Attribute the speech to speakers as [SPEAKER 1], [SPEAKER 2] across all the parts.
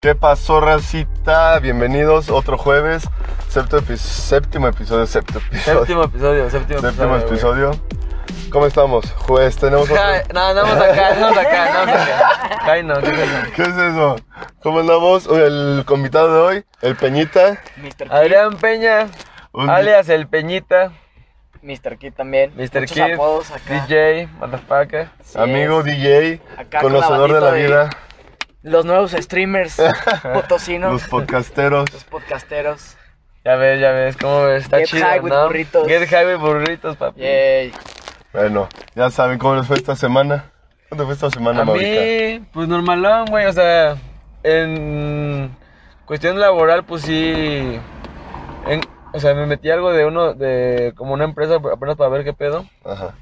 [SPEAKER 1] ¿Qué pasó, racita? Bienvenidos otro jueves, séptimo, epi- séptimo episodio, séptimo episodio,
[SPEAKER 2] Séptimo episodio, séptimo,
[SPEAKER 1] séptimo
[SPEAKER 2] episodio.
[SPEAKER 1] episodio. ¿Cómo estamos? Jueves, tenemos otro...
[SPEAKER 2] Ay, No, no vamos acá, no vamos acá, no vamos acá. Ay, no, qué cosa.
[SPEAKER 1] ¿Qué es eso? ¿Cómo andamos? Uy, El invitado de hoy, el Peñita.
[SPEAKER 3] Mr. Kid,
[SPEAKER 2] Adrián Peña,
[SPEAKER 1] un-
[SPEAKER 2] alias El Peñita,
[SPEAKER 3] Mr. Kid también.
[SPEAKER 2] Mr.
[SPEAKER 3] Muchos
[SPEAKER 2] Kid,
[SPEAKER 3] apodos acá.
[SPEAKER 2] DJ, motherfucker.
[SPEAKER 3] Así
[SPEAKER 1] Amigo
[SPEAKER 3] es.
[SPEAKER 1] DJ,
[SPEAKER 3] Acá
[SPEAKER 1] conocedor de la
[SPEAKER 3] clavadito de-
[SPEAKER 1] vida,
[SPEAKER 3] Los nuevos streamers potosinos.
[SPEAKER 1] los
[SPEAKER 3] los,
[SPEAKER 1] podcasteros.
[SPEAKER 3] podcasteros.
[SPEAKER 2] Ya ves, ya ves, cómo ves, está
[SPEAKER 3] Get
[SPEAKER 2] chido,
[SPEAKER 3] high with
[SPEAKER 2] ¿no?
[SPEAKER 3] burritos.
[SPEAKER 2] Get high with burritos, papi.
[SPEAKER 3] Yay.
[SPEAKER 1] Bueno, ya saben cómo les fue esta semana. ¿Cómo te fue esta semana,
[SPEAKER 2] A
[SPEAKER 1] Maurica?
[SPEAKER 2] mí, pues normalón, güey, o sea, en cuestión laboral, pues sí, en- o sea, me metí algo de uno, de como una empresa apenas para ver qué pedo.
[SPEAKER 1] Ajá.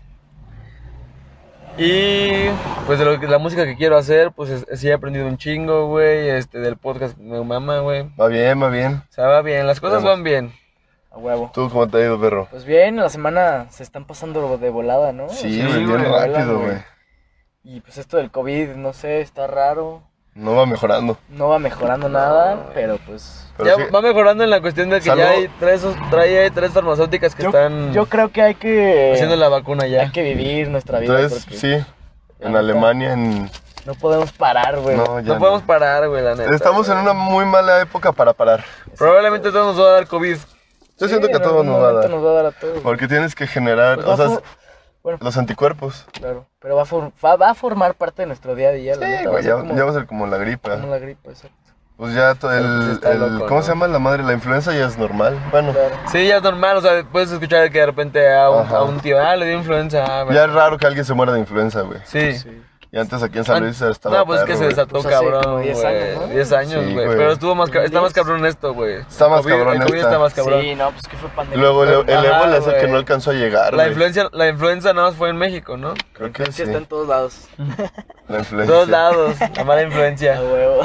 [SPEAKER 2] Y pues de lo que, la música que quiero hacer, pues es- sí he aprendido un chingo, güey, este, del podcast me mama, güey.
[SPEAKER 1] Va bien, va bien.
[SPEAKER 2] O sea, va bien, las cosas
[SPEAKER 1] Vamos.
[SPEAKER 2] van bien.
[SPEAKER 3] A huevo.
[SPEAKER 1] ¿Tú cómo te ha ido, perro?
[SPEAKER 3] Pues bien, la semana se están pasando de volada, ¿no?
[SPEAKER 1] Sí,
[SPEAKER 3] O sea,
[SPEAKER 1] güey, bien
[SPEAKER 2] güey,
[SPEAKER 3] vuelan,
[SPEAKER 1] rápido, güey.
[SPEAKER 3] Y pues esto del COVID, no sé, está raro.
[SPEAKER 1] No va mejorando.
[SPEAKER 3] No va mejorando nada, pero pues.
[SPEAKER 1] Pero
[SPEAKER 2] ya
[SPEAKER 1] sí-
[SPEAKER 2] va mejorando en la cuestión de que
[SPEAKER 1] Salud.
[SPEAKER 2] ya hay tres, trae, hay tres farmacéuticas que
[SPEAKER 3] Yo,
[SPEAKER 1] Mm.
[SPEAKER 2] están
[SPEAKER 3] yo creo que hay que.
[SPEAKER 2] haciendo la vacuna ya.
[SPEAKER 3] Hay que vivir nuestra vida.
[SPEAKER 1] Entonces,
[SPEAKER 3] porque
[SPEAKER 1] sí, en
[SPEAKER 3] neta.
[SPEAKER 1] Alemania, en...
[SPEAKER 3] No podemos parar, güey.
[SPEAKER 1] No, ya
[SPEAKER 2] pues, No podemos parar, güey, la neta.
[SPEAKER 1] Estamos en
[SPEAKER 2] güey.
[SPEAKER 1] una muy mala época para parar.
[SPEAKER 2] Probablemente todos nos va a dar COVID.
[SPEAKER 1] Yo
[SPEAKER 3] Sí,
[SPEAKER 1] siento que a
[SPEAKER 3] en
[SPEAKER 1] todos
[SPEAKER 3] algún
[SPEAKER 1] nos va a
[SPEAKER 3] momento
[SPEAKER 1] dar.
[SPEAKER 3] Nos va a dar a todos.
[SPEAKER 1] Porque tienes que generar,
[SPEAKER 3] Pues
[SPEAKER 1] o
[SPEAKER 3] va
[SPEAKER 1] sea,
[SPEAKER 3] a for- bueno,
[SPEAKER 1] los anticuerpos.
[SPEAKER 3] claro, pero va a, for- va, va a formar parte de nuestro día a día.
[SPEAKER 2] pues,
[SPEAKER 3] la
[SPEAKER 1] Sí,
[SPEAKER 3] neta, va a
[SPEAKER 1] güey,
[SPEAKER 3] ser
[SPEAKER 1] ya,
[SPEAKER 3] como,
[SPEAKER 1] ya va a ser como la
[SPEAKER 3] como
[SPEAKER 1] gripa.
[SPEAKER 3] la gripe, exacto.
[SPEAKER 1] Pues ya todo
[SPEAKER 2] Pero pues
[SPEAKER 1] el,
[SPEAKER 2] está
[SPEAKER 1] el-
[SPEAKER 2] loco,
[SPEAKER 1] ¿cómo
[SPEAKER 2] ¿no?
[SPEAKER 1] se llama la madre? La influenza ya es normal. Bueno,
[SPEAKER 3] Claro.
[SPEAKER 2] Sí, ya es normal, o sea, puedes escuchar que de repente a un,
[SPEAKER 1] Ajá.
[SPEAKER 2] a un tío, ah, le dio influenza. ah, güey.
[SPEAKER 1] ya es raro que alguien se muera de influenza, güey.
[SPEAKER 2] Sí.
[SPEAKER 3] Sí.
[SPEAKER 1] Y antes aquí en San Luis estaba
[SPEAKER 2] No, pues es que
[SPEAKER 1] perro,
[SPEAKER 2] se
[SPEAKER 1] güey.
[SPEAKER 2] desató
[SPEAKER 3] Pues hace
[SPEAKER 2] cabrón,
[SPEAKER 3] como
[SPEAKER 2] güey.
[SPEAKER 3] 10 años, ¿no?
[SPEAKER 2] 10 años,
[SPEAKER 1] Sí,
[SPEAKER 2] güey.
[SPEAKER 1] güey.
[SPEAKER 2] Pero estuvo más ca- está más cabrón esto, güey.
[SPEAKER 1] Está más
[SPEAKER 2] El COVID-
[SPEAKER 1] cabrón
[SPEAKER 2] el COVID
[SPEAKER 1] esta.
[SPEAKER 2] está más cabrón.
[SPEAKER 3] Sí, no, pues que fue pandemia.
[SPEAKER 1] Luego el, el
[SPEAKER 2] Ajá,
[SPEAKER 1] ébola es el que
[SPEAKER 2] güey.
[SPEAKER 1] no alcanzó a llegar,
[SPEAKER 2] La
[SPEAKER 1] güey.
[SPEAKER 2] influencia, la influenza nada más fue en México, ¿no?
[SPEAKER 1] Creo
[SPEAKER 3] Sí,
[SPEAKER 1] que sí,
[SPEAKER 3] está en todos lados.
[SPEAKER 1] la influencia.
[SPEAKER 2] Todos lados, la mala
[SPEAKER 3] A
[SPEAKER 2] influencia.
[SPEAKER 3] huevo.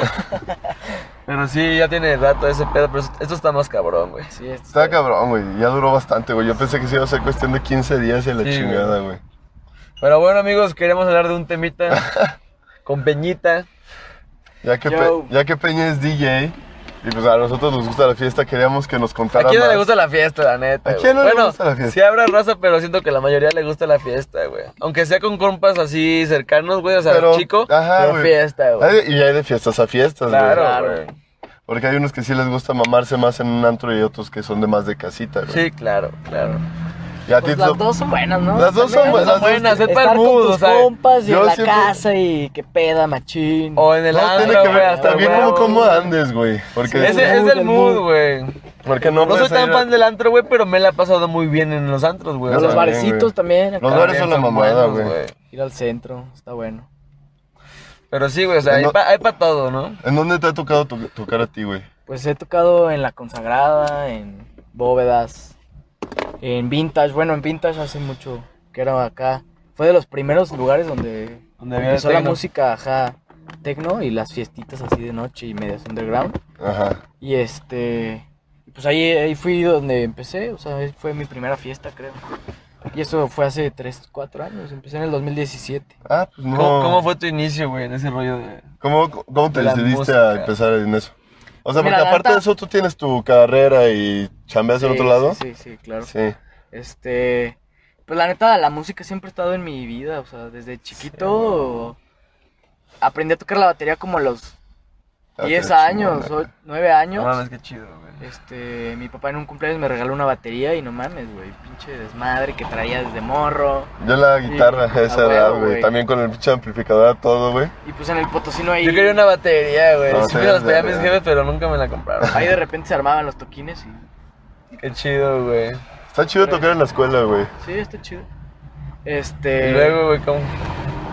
[SPEAKER 2] Pero sí, ya tiene rato ese pedo, pero esto está más cabrón, güey.
[SPEAKER 3] Sí, esto
[SPEAKER 1] Está cabrón, güey. Ya duró bastante, güey. Yo pensé que sí iba a ser cuestión de 15 días y la
[SPEAKER 2] Sí,
[SPEAKER 1] chingada, güey.
[SPEAKER 2] Pero bueno, amigos, queremos hablar de un temita con Peñita.
[SPEAKER 1] Ya que,
[SPEAKER 3] Yo.
[SPEAKER 1] Pe- ya que Peña es DJ y pues a nosotros nos gusta la fiesta, queríamos que nos
[SPEAKER 2] ¿A
[SPEAKER 1] contara
[SPEAKER 2] quién no
[SPEAKER 1] más.
[SPEAKER 2] le gusta la fiesta, la neta?
[SPEAKER 1] ¿A
[SPEAKER 2] güey?
[SPEAKER 1] quién no le
[SPEAKER 2] bueno,
[SPEAKER 1] gusta la fiesta?
[SPEAKER 2] sí habrá raza, pero siento que la mayoría le gusta la fiesta, güey. Aunque sea con compas así cercanos, güey, o sea,
[SPEAKER 1] Pero- ah,
[SPEAKER 2] chico,
[SPEAKER 1] ajá,
[SPEAKER 2] pero
[SPEAKER 1] güey.
[SPEAKER 2] fiesta, güey.
[SPEAKER 1] Hay de- y hay de fiestas a fiestas, güey.
[SPEAKER 2] Claro,
[SPEAKER 3] Claro.
[SPEAKER 2] güey.
[SPEAKER 1] Porque hay unos que sí les gusta mamarse más en un antro y otros que son de más de casita, güey.
[SPEAKER 2] Sí, claro, claro.
[SPEAKER 1] Y a ti
[SPEAKER 3] Pues
[SPEAKER 1] te-
[SPEAKER 3] las dos son buenas, ¿no?
[SPEAKER 1] Las dos Pues son
[SPEAKER 3] También,
[SPEAKER 1] buenas,
[SPEAKER 3] ¿no?
[SPEAKER 1] las dos
[SPEAKER 2] buenas, es para
[SPEAKER 3] Estar
[SPEAKER 2] el
[SPEAKER 3] con
[SPEAKER 2] mood, o
[SPEAKER 3] tus
[SPEAKER 2] sea.
[SPEAKER 3] compas y
[SPEAKER 1] yo
[SPEAKER 3] en la
[SPEAKER 1] siempre-
[SPEAKER 3] casa y que peda, machín.
[SPEAKER 2] O en el
[SPEAKER 1] No, tiene
[SPEAKER 2] antro,
[SPEAKER 1] que
[SPEAKER 2] güey,
[SPEAKER 1] ver
[SPEAKER 2] hasta
[SPEAKER 1] también
[SPEAKER 2] huevo.
[SPEAKER 1] como cómo andes, güey. Porque
[SPEAKER 3] Ese-
[SPEAKER 2] Es, es
[SPEAKER 3] mood,
[SPEAKER 2] del
[SPEAKER 3] el
[SPEAKER 2] mood,
[SPEAKER 3] mood.
[SPEAKER 2] güey.
[SPEAKER 1] porque no, pues
[SPEAKER 2] No
[SPEAKER 1] vas
[SPEAKER 2] soy
[SPEAKER 1] a ir
[SPEAKER 2] tan
[SPEAKER 1] a-
[SPEAKER 2] fan del antro, güey, pero me la he pasado muy bien en los antros, güey.
[SPEAKER 1] Yo
[SPEAKER 3] los
[SPEAKER 1] también,
[SPEAKER 3] barecitos
[SPEAKER 1] güey.
[SPEAKER 3] también. acá.
[SPEAKER 1] Los bares son la
[SPEAKER 2] son
[SPEAKER 1] mamada,
[SPEAKER 2] buenos,
[SPEAKER 1] güey.
[SPEAKER 3] Ir al centro, está bueno.
[SPEAKER 2] Pero sí, güey, o sea,
[SPEAKER 1] No-
[SPEAKER 2] hay para todo, ¿no?
[SPEAKER 1] ¿En dónde te ha tocado to- tocar a ti, güey?
[SPEAKER 3] Pues he tocado en La Consagrada, en Bóvedas, en Vintage. Bueno, en Vintage hace mucho que era acá. Fue de los primeros lugares donde,
[SPEAKER 2] Donde había
[SPEAKER 3] empezó la
[SPEAKER 2] tecno.
[SPEAKER 3] música, ajá, tecno y las fiestitas así de noche y medias underground.
[SPEAKER 1] Ajá.
[SPEAKER 3] Y este, y pues ahí, ahí fui donde empecé, o sea, fue mi primera fiesta, creo. Y eso fue hace 3, 4 años, empecé en el 2017.
[SPEAKER 1] Ah, pues no.
[SPEAKER 2] ¿Cómo, cómo fue tu inicio, güey, en ese rollo de...?
[SPEAKER 1] ¿Cómo, cómo te
[SPEAKER 2] de la
[SPEAKER 1] decidiste
[SPEAKER 2] música?
[SPEAKER 1] a empezar en eso? O sea, porque
[SPEAKER 3] Mira, la
[SPEAKER 1] aparte
[SPEAKER 3] neta-
[SPEAKER 1] de eso, tú tienes tu carrera y chambeas en
[SPEAKER 3] Sí,
[SPEAKER 1] otro lado.
[SPEAKER 3] Sí, sí, sí, claro.
[SPEAKER 1] Sí.
[SPEAKER 3] Este, pues la neta, la música siempre ha estado en mi vida, o sea, desde chiquito aprendí a tocar la batería como a los
[SPEAKER 1] Ah,
[SPEAKER 3] 10
[SPEAKER 1] qué
[SPEAKER 3] años,
[SPEAKER 1] chingón,
[SPEAKER 3] o 9
[SPEAKER 2] No
[SPEAKER 3] años.
[SPEAKER 2] mames, qué chido, güey.
[SPEAKER 3] Este, mi papá en un cumpleaños me regaló una batería y no mames, güey, pinche desmadre que traía desde morro.
[SPEAKER 1] Yo la guitarra
[SPEAKER 3] Sí,
[SPEAKER 1] a esa
[SPEAKER 3] a huevo,
[SPEAKER 1] edad, güey.
[SPEAKER 3] güey.
[SPEAKER 1] También con el pinche amplificador a todo, güey.
[SPEAKER 3] Y pues en el potosino ahí,
[SPEAKER 2] Yo quería una batería, güey.
[SPEAKER 1] No,
[SPEAKER 2] Sí me
[SPEAKER 1] sí,
[SPEAKER 2] las pedí a
[SPEAKER 1] sí,
[SPEAKER 2] mis
[SPEAKER 1] sí.
[SPEAKER 2] jefes, pero nunca me la compraron.
[SPEAKER 3] ahí de repente se armaban los toquines y
[SPEAKER 2] Qué chido, güey.
[SPEAKER 1] Está chido tocar en la escuela, güey.
[SPEAKER 3] sí, está chido.
[SPEAKER 2] Y
[SPEAKER 3] Este,
[SPEAKER 2] luego, güey, ¿cómo?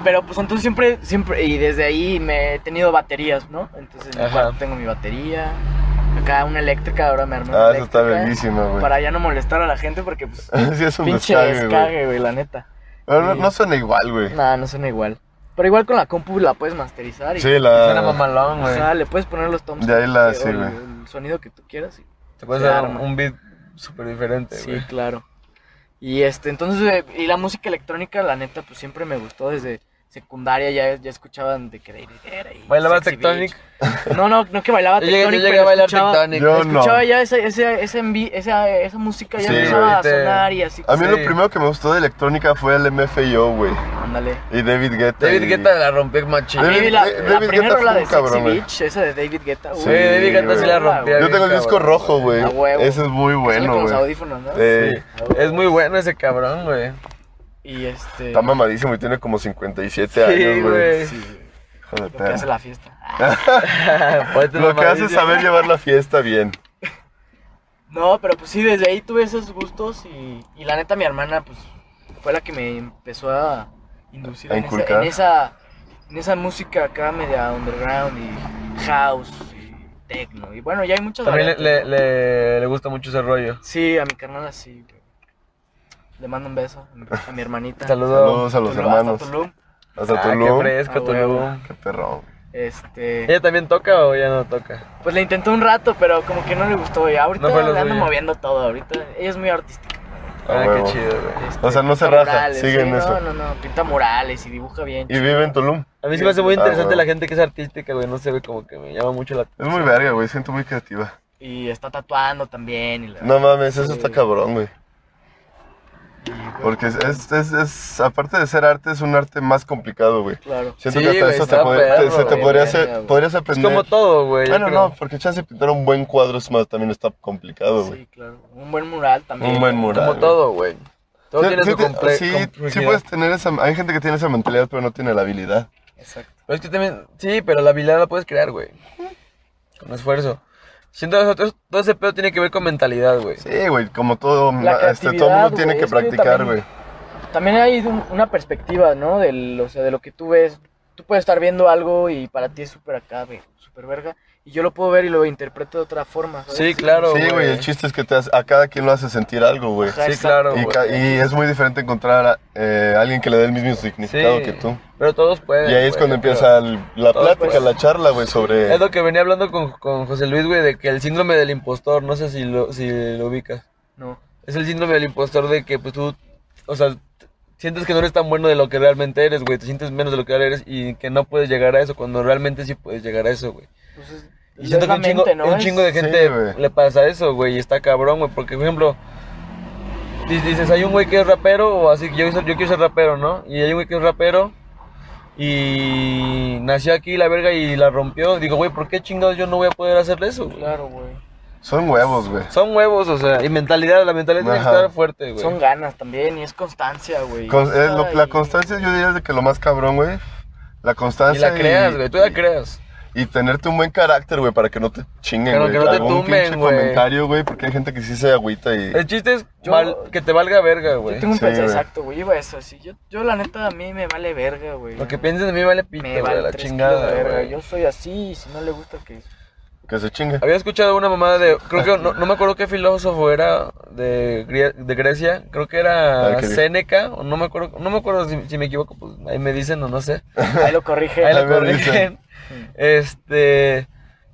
[SPEAKER 3] pero pues entonces siempre, siempre, y desde ahí me he tenido baterías, ¿no? Entonces en mi
[SPEAKER 2] Ajá.
[SPEAKER 3] cuarto tengo mi batería, acá una eléctrica, ahora me armé una
[SPEAKER 1] Ah, eso está
[SPEAKER 3] eléctrica,
[SPEAKER 1] bellísimo, güey.
[SPEAKER 3] Para ya no molestar a la gente porque pues
[SPEAKER 1] sí, es un
[SPEAKER 3] pinche
[SPEAKER 1] descague, güey.
[SPEAKER 3] descague, güey, la neta.
[SPEAKER 1] Pero no,
[SPEAKER 3] Sí.
[SPEAKER 1] no suena igual, güey.
[SPEAKER 3] Nada, no suena igual. Pero igual con la compu la puedes masterizar y
[SPEAKER 1] Sí,
[SPEAKER 2] Suena
[SPEAKER 1] la.
[SPEAKER 2] mamalón, güey.
[SPEAKER 3] ajá, le puedes poner los toms.
[SPEAKER 1] De ahí la-
[SPEAKER 3] que- o
[SPEAKER 1] sí,
[SPEAKER 3] el,
[SPEAKER 1] güey.
[SPEAKER 3] el sonido que tú quieras. y-
[SPEAKER 2] Te puedes
[SPEAKER 3] se
[SPEAKER 2] dar
[SPEAKER 3] arma.
[SPEAKER 2] un beat súper diferente,
[SPEAKER 3] sí,
[SPEAKER 2] güey.
[SPEAKER 3] claro. Y este, entonces eh, y la música electrónica, la neta pues siempre me gustó desde secundaria ya, ya escuchaban de que de- de- de- y
[SPEAKER 2] Bailaba
[SPEAKER 3] Sexy
[SPEAKER 2] Tectonic.
[SPEAKER 3] Beach. No, no, no que bailaba
[SPEAKER 2] Yo llegué, yo
[SPEAKER 3] Tectonic.
[SPEAKER 2] llegué
[SPEAKER 3] pero
[SPEAKER 2] a bailar
[SPEAKER 3] escuchaba-
[SPEAKER 2] Tectonic.
[SPEAKER 1] Yo- no.
[SPEAKER 3] Escuchaba ya esa, ese- ese envi- esa, esa música ya
[SPEAKER 1] Sí,
[SPEAKER 3] empezaba a
[SPEAKER 2] güey.
[SPEAKER 3] sonar y así.
[SPEAKER 1] A mí lo
[SPEAKER 2] Sí.
[SPEAKER 1] primero que me gustó de electrónica fue el MFIO, güey.
[SPEAKER 3] Ándale.
[SPEAKER 1] Y David Guetta.
[SPEAKER 2] David
[SPEAKER 1] y-
[SPEAKER 2] Guetta la rompió machín.
[SPEAKER 3] A
[SPEAKER 1] David-
[SPEAKER 3] mí la,
[SPEAKER 1] Da-
[SPEAKER 3] la
[SPEAKER 1] David
[SPEAKER 3] primera
[SPEAKER 1] Guetta fue
[SPEAKER 3] rola de
[SPEAKER 1] un
[SPEAKER 3] Sexy
[SPEAKER 1] cabrón, eh.
[SPEAKER 3] Beach, esa de David Guetta.
[SPEAKER 1] Sí,
[SPEAKER 2] Sí, David Guetta sí la
[SPEAKER 1] güey.
[SPEAKER 2] rompía.
[SPEAKER 1] Yo tengo el
[SPEAKER 2] bien,
[SPEAKER 1] disco
[SPEAKER 2] cabrón,
[SPEAKER 1] rojo, güey.
[SPEAKER 3] A huevo.
[SPEAKER 1] Ese es muy
[SPEAKER 3] Sale
[SPEAKER 1] bueno,
[SPEAKER 3] con los
[SPEAKER 1] güey.
[SPEAKER 3] audífonos, ¿no?
[SPEAKER 1] Eh,
[SPEAKER 2] Es muy bueno ese cabrón, güey.
[SPEAKER 3] Y este.
[SPEAKER 1] Está mamadísimo y tiene como 57
[SPEAKER 2] Sí,
[SPEAKER 1] años, güey.
[SPEAKER 2] güey.
[SPEAKER 3] Sí,
[SPEAKER 1] Hijo de
[SPEAKER 3] lo que hace
[SPEAKER 1] perra.
[SPEAKER 3] la fiesta.
[SPEAKER 2] Ponte
[SPEAKER 1] Lo que hace es
[SPEAKER 2] mamadísimo.
[SPEAKER 1] saber llevar la fiesta bien.
[SPEAKER 3] No, pero pues sí, desde ahí tuve esos gustos y, y la neta mi hermana pues fue la que me empezó a inducir
[SPEAKER 1] A
[SPEAKER 3] en, esa,
[SPEAKER 1] inculcar.
[SPEAKER 3] en esa en esa música acá media underground y house y techno y bueno, ya hay muchas
[SPEAKER 2] También le, le,
[SPEAKER 3] variantes, ¿no?
[SPEAKER 2] le, le gusta mucho ese rollo.
[SPEAKER 3] Sí, a mi carnal así. güey. Le mando un beso a mi- a mi hermanita.
[SPEAKER 2] Saludos.
[SPEAKER 1] Saludos a los
[SPEAKER 3] Tulum, hasta
[SPEAKER 1] hermanos.
[SPEAKER 3] Tulum.
[SPEAKER 1] Hasta
[SPEAKER 2] Ah, qué
[SPEAKER 1] Tulum.
[SPEAKER 2] fresco,
[SPEAKER 3] Ah, güey.
[SPEAKER 2] Tulum.
[SPEAKER 1] Qué perrón. güey.
[SPEAKER 3] Este,
[SPEAKER 2] ¿Ella también toca o ya no toca?
[SPEAKER 3] pues le intentó un rato, pero como que no le gustó y ahorita
[SPEAKER 2] No fue lo
[SPEAKER 3] le ando
[SPEAKER 2] suyo.
[SPEAKER 3] moviendo todo ahorita. Ella es muy artística.
[SPEAKER 1] A
[SPEAKER 2] Ah,
[SPEAKER 1] huevo.
[SPEAKER 2] qué chido, güey.
[SPEAKER 3] Este,
[SPEAKER 1] O sea, no se
[SPEAKER 3] pinta
[SPEAKER 1] raja, sigue en
[SPEAKER 3] no,
[SPEAKER 1] eso.
[SPEAKER 3] No, no, pinta murales y dibuja bien.
[SPEAKER 1] Y vive en Tulum.
[SPEAKER 2] A mí se me hace muy
[SPEAKER 1] Ah,
[SPEAKER 2] interesante
[SPEAKER 1] huevo.
[SPEAKER 2] la gente que es artística, güey. No sé, güey, como que me llama mucho la
[SPEAKER 1] Es muy verga, güey. Siento muy creativa.
[SPEAKER 3] Y está tatuando también. Y la-
[SPEAKER 1] No mames, eso
[SPEAKER 3] Sí.
[SPEAKER 1] está cabrón, güey.
[SPEAKER 3] y, güey,
[SPEAKER 1] Porque es, es, es, es- aparte de ser arte, es un arte más complicado, güey.
[SPEAKER 3] Claro.
[SPEAKER 1] Siento
[SPEAKER 2] Sí,
[SPEAKER 1] que hasta
[SPEAKER 2] güey,
[SPEAKER 1] eso te,
[SPEAKER 2] está
[SPEAKER 1] puede- te-
[SPEAKER 2] perro,
[SPEAKER 1] se te
[SPEAKER 2] güey,
[SPEAKER 1] podría
[SPEAKER 3] verga,
[SPEAKER 1] hacer,
[SPEAKER 3] güey.
[SPEAKER 1] podrías
[SPEAKER 2] Es
[SPEAKER 1] aprender.
[SPEAKER 2] como todo, güey.
[SPEAKER 1] Pues
[SPEAKER 2] yo
[SPEAKER 1] bueno,
[SPEAKER 2] creo.
[SPEAKER 1] no, porque chance de pintar un buen cuadro es más, también está complicado, güey.
[SPEAKER 3] Sí, claro. Un buen mural también.
[SPEAKER 1] Un buen mural.
[SPEAKER 2] Como todo, güey. Todo
[SPEAKER 1] Sí,
[SPEAKER 2] tiene
[SPEAKER 1] sí
[SPEAKER 2] su
[SPEAKER 1] te-
[SPEAKER 2] comple-
[SPEAKER 1] sí,
[SPEAKER 2] complejidad.
[SPEAKER 1] sí puedes tener esa, hay gente que tiene esa mentalidad pero no tiene la habilidad.
[SPEAKER 3] Exacto.
[SPEAKER 2] Pero es que también, sí, pero la habilidad la puedes crear, güey. Con esfuerzo. Siento que nosotros- todo ese pedo tiene que ver con mentalidad, güey.
[SPEAKER 1] Sí, güey, como todo, ma- este, todo
[SPEAKER 3] creatividad,
[SPEAKER 1] mundo tiene
[SPEAKER 3] güey,
[SPEAKER 1] que
[SPEAKER 3] es que
[SPEAKER 1] practicar,
[SPEAKER 3] también-
[SPEAKER 1] güey.
[SPEAKER 3] También hay un- una perspectiva, ¿no? Del, o sea, de lo que tú ves. Tú puedes estar viendo algo y para ti es súper acá, güey, súper verga. Y yo lo puedo ver y lo interpreto de otra forma. ¿sabes?
[SPEAKER 2] Sí, claro,
[SPEAKER 1] Sí, güey, el chiste es que te hace- a cada quien lo hace sentir algo, güey.
[SPEAKER 3] Ajá,
[SPEAKER 2] Sí,
[SPEAKER 3] exacto.
[SPEAKER 2] claro,
[SPEAKER 1] Y,
[SPEAKER 2] güey.
[SPEAKER 1] ca- y es muy diferente encontrar a eh, alguien que le dé el mismo significado
[SPEAKER 2] Sí,
[SPEAKER 1] que tú.
[SPEAKER 2] Pero todos pueden.
[SPEAKER 1] Y ahí es
[SPEAKER 2] güey,
[SPEAKER 1] cuando
[SPEAKER 2] yo creo.
[SPEAKER 1] empieza eh, el- la
[SPEAKER 2] Todos,
[SPEAKER 1] plática,
[SPEAKER 2] pues.
[SPEAKER 1] la charla, güey, sobre...
[SPEAKER 2] Es lo que venía hablando con, con José Luis, güey, de que el síndrome del impostor, no sé si lo, si lo ubicas.
[SPEAKER 3] No.
[SPEAKER 2] Es el síndrome del impostor de que, pues tú, o sea, t- sientes que no eres tan bueno de lo que realmente eres, güey. Te sientes menos de lo que ahora eres y que no puedes llegar a eso cuando realmente sí puedes llegar a eso, güey.
[SPEAKER 3] Pues es-
[SPEAKER 2] Y siento
[SPEAKER 3] es
[SPEAKER 2] que
[SPEAKER 3] la
[SPEAKER 2] un chingo,
[SPEAKER 3] mente, ¿no?
[SPEAKER 2] un
[SPEAKER 3] Es-
[SPEAKER 2] chingo de
[SPEAKER 1] Sí,
[SPEAKER 2] gente
[SPEAKER 1] güey.
[SPEAKER 2] le pasa eso, güey, y está cabrón, güey, porque, por ejemplo, di- dices, hay un güey que es rapero, o así, yo, yo quiero ser rapero, ¿no? Y hay un güey que es rapero, y nació aquí la verga y la rompió. Digo, güey, ¿por qué chingados yo no voy a poder hacerle eso, güey?
[SPEAKER 3] Claro, güey.
[SPEAKER 1] Son huevos, güey.
[SPEAKER 2] Son huevos, o sea, y mentalidad, la mentalidad tiene
[SPEAKER 1] Ajá.
[SPEAKER 2] que estar fuerte, güey.
[SPEAKER 3] Son ganas también y es constancia, güey.
[SPEAKER 1] Con-
[SPEAKER 3] Está
[SPEAKER 1] es lo- la
[SPEAKER 3] ahí.
[SPEAKER 1] constancia yo diría es de que lo más cabrón, güey. La
[SPEAKER 2] Y
[SPEAKER 1] constancia
[SPEAKER 2] la creas, güey, tú la creas.
[SPEAKER 1] Y tenerte un buen carácter, güey, para que no te chinguen,
[SPEAKER 2] Pero
[SPEAKER 1] güey.
[SPEAKER 2] que no te
[SPEAKER 1] Algún
[SPEAKER 2] tumben,
[SPEAKER 1] pinche
[SPEAKER 2] güey.
[SPEAKER 1] comentario, güey, porque hay gente que sí se agüita y...
[SPEAKER 2] El chiste es
[SPEAKER 3] Yo-
[SPEAKER 2] val- que te valga verga,
[SPEAKER 3] Yo
[SPEAKER 2] güey.
[SPEAKER 3] tengo un
[SPEAKER 1] Sí,
[SPEAKER 3] pensamiento
[SPEAKER 1] güey.
[SPEAKER 3] exacto, güey. Iba a eso, sí. Yo, yo, la neta, a mí me vale verga, güey.
[SPEAKER 2] Lo que pienses de mí vale pito,
[SPEAKER 3] me
[SPEAKER 2] güey,
[SPEAKER 3] vale
[SPEAKER 2] la
[SPEAKER 3] tres kilos de
[SPEAKER 2] chingada,
[SPEAKER 3] verga.
[SPEAKER 2] güey.
[SPEAKER 3] Yo soy así y si no le gusta que.
[SPEAKER 1] Que se chingue.
[SPEAKER 2] Había escuchado una mamada de. Creo que. No, no me acuerdo qué filósofo era de, Grie- de Grecia. Creo que
[SPEAKER 1] Ah,
[SPEAKER 2] era
[SPEAKER 1] qué bien.
[SPEAKER 2] Séneca. O no me acuerdo. No me acuerdo si, si me equivoco. Pues ahí me dicen o no sé.
[SPEAKER 3] Ahí lo corrige.
[SPEAKER 2] Ahí
[SPEAKER 1] A
[SPEAKER 2] la
[SPEAKER 1] ver,
[SPEAKER 2] corrigen.
[SPEAKER 3] dicen.
[SPEAKER 2] Este.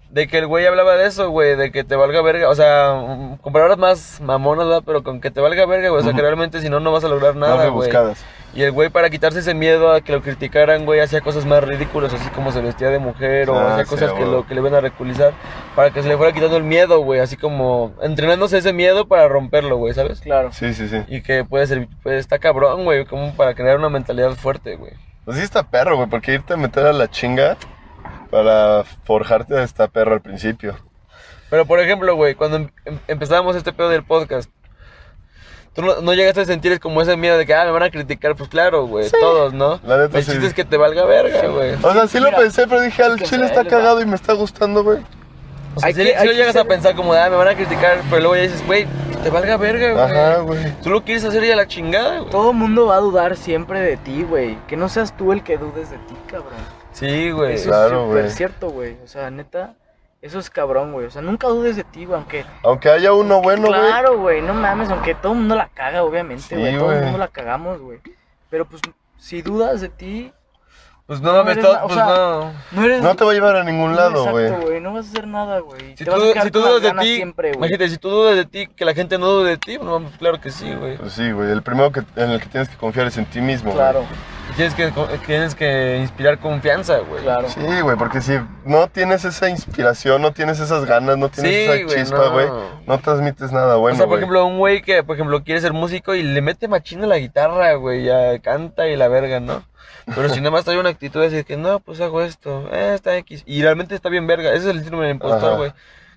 [SPEAKER 2] De que el güey hablaba de eso, güey. De que te valga verga. O sea, mm, con palabras más mamonas, ¿verdad? Pero con que te valga verga, güey. O sea, que
[SPEAKER 1] Ujú.
[SPEAKER 2] realmente si no, no vas a lograr
[SPEAKER 1] Más
[SPEAKER 2] nada, güey.
[SPEAKER 1] rebuscadas.
[SPEAKER 2] Y el güey, para quitarse ese miedo a que lo criticaran, güey, hacía cosas más ridículas, así como se vestía de mujer o
[SPEAKER 1] Ah,
[SPEAKER 2] hacía
[SPEAKER 1] sí,
[SPEAKER 2] cosas que,
[SPEAKER 1] güey.
[SPEAKER 2] lo, que le iban a ridiculizar, para que se le fuera quitando el miedo, güey, así como entrenándose ese miedo para romperlo, güey, ¿sabes?
[SPEAKER 3] Pues, Claro.
[SPEAKER 1] Sí, sí, sí.
[SPEAKER 2] Y que puede ser, puede, está cabrón, güey, como para crear una mentalidad fuerte, güey.
[SPEAKER 1] Pues sí está perro, güey, porque irte a meter a la chinga para forjarte está perro al principio.
[SPEAKER 2] Pero, por ejemplo, güey, cuando em- em- empezábamos este pedo del podcast, tú no, no llegaste a sentir como ese miedo de que, ah, me van a criticar, pues claro, güey, todos, ¿no?
[SPEAKER 1] La neta
[SPEAKER 2] el
[SPEAKER 1] sí.
[SPEAKER 2] chiste es que te valga verga, güey.
[SPEAKER 1] O sea, sí lo
[SPEAKER 3] Mira,
[SPEAKER 1] pensé, pero dije, al
[SPEAKER 3] sí,
[SPEAKER 1] chile
[SPEAKER 3] sí,
[SPEAKER 1] está
[SPEAKER 3] ahí les va.
[SPEAKER 1] cagado y me está gustando, güey.
[SPEAKER 2] O sea,
[SPEAKER 3] Hay
[SPEAKER 2] si,
[SPEAKER 3] que-
[SPEAKER 2] le- si
[SPEAKER 3] hay
[SPEAKER 2] lo
[SPEAKER 3] que
[SPEAKER 2] llegas a
[SPEAKER 3] ser-
[SPEAKER 2] pensar como, ah, me van a criticar, pero luego ya dices, güey, te valga verga, güey.
[SPEAKER 1] Ajá, güey.
[SPEAKER 2] Tú lo quieres hacer y a la chingada, güey.
[SPEAKER 3] Todo mundo va a dudar siempre de ti, güey. Que no seas tú el que dudes de ti, cabrón.
[SPEAKER 2] Sí, güey.
[SPEAKER 3] Eso
[SPEAKER 1] claro,
[SPEAKER 3] es súper
[SPEAKER 1] güey.
[SPEAKER 3] cierto, güey. O sea, neta, eso es cabrón, güey. O sea, nunca dudes de ti, güey. Aunque.
[SPEAKER 1] Aunque haya uno bueno, güey.
[SPEAKER 3] claro, güey. No mames, aunque todo el mundo la caga, obviamente,
[SPEAKER 1] Sí,
[SPEAKER 3] güey. todo el
[SPEAKER 1] güey.
[SPEAKER 3] mundo la cagamos, güey. Pero pues, si dudas de ti,
[SPEAKER 2] Pues no, me
[SPEAKER 3] eres
[SPEAKER 2] está,
[SPEAKER 3] na- o
[SPEAKER 2] pues
[SPEAKER 3] sea,
[SPEAKER 2] no.
[SPEAKER 3] No eres.
[SPEAKER 1] No te va a llevar a ningún lado,
[SPEAKER 3] Exacto,
[SPEAKER 1] güey.
[SPEAKER 3] No vas a hacer nada, güey.
[SPEAKER 2] Si
[SPEAKER 3] Te
[SPEAKER 2] tú,
[SPEAKER 3] vas a quedar
[SPEAKER 2] si tú
[SPEAKER 3] con las
[SPEAKER 2] dudas de
[SPEAKER 3] ganas
[SPEAKER 2] ti,
[SPEAKER 3] siempre, güey.
[SPEAKER 2] imagínate, si tú dudas de ti, que la gente no dude de ti, no, mames, claro que sí, güey.
[SPEAKER 1] Pues sí, güey. El primero que, en el que tienes que confiar es en ti mismo. güey.
[SPEAKER 3] Claro,
[SPEAKER 2] Tienes que, tienes que inspirar confianza, güey.
[SPEAKER 3] claro.
[SPEAKER 1] Sí, güey, porque si no tienes esa inspiración, no tienes esas ganas, no tienes
[SPEAKER 2] Sí,
[SPEAKER 1] esa
[SPEAKER 2] güey,
[SPEAKER 1] chispa,
[SPEAKER 2] no.
[SPEAKER 1] güey, no. transmites nada bueno,
[SPEAKER 2] o sea, por
[SPEAKER 1] güey.
[SPEAKER 2] ejemplo, un güey que, por ejemplo, quiere ser músico y le mete machina la guitarra, güey, ya canta y la verga, ¿no? Pero si nada más trae una actitud de decir que no, pues hago esto, eh, está X. Y realmente está bien verga, ese es el síndrome del
[SPEAKER 1] Ajá.
[SPEAKER 2] impostor, güey.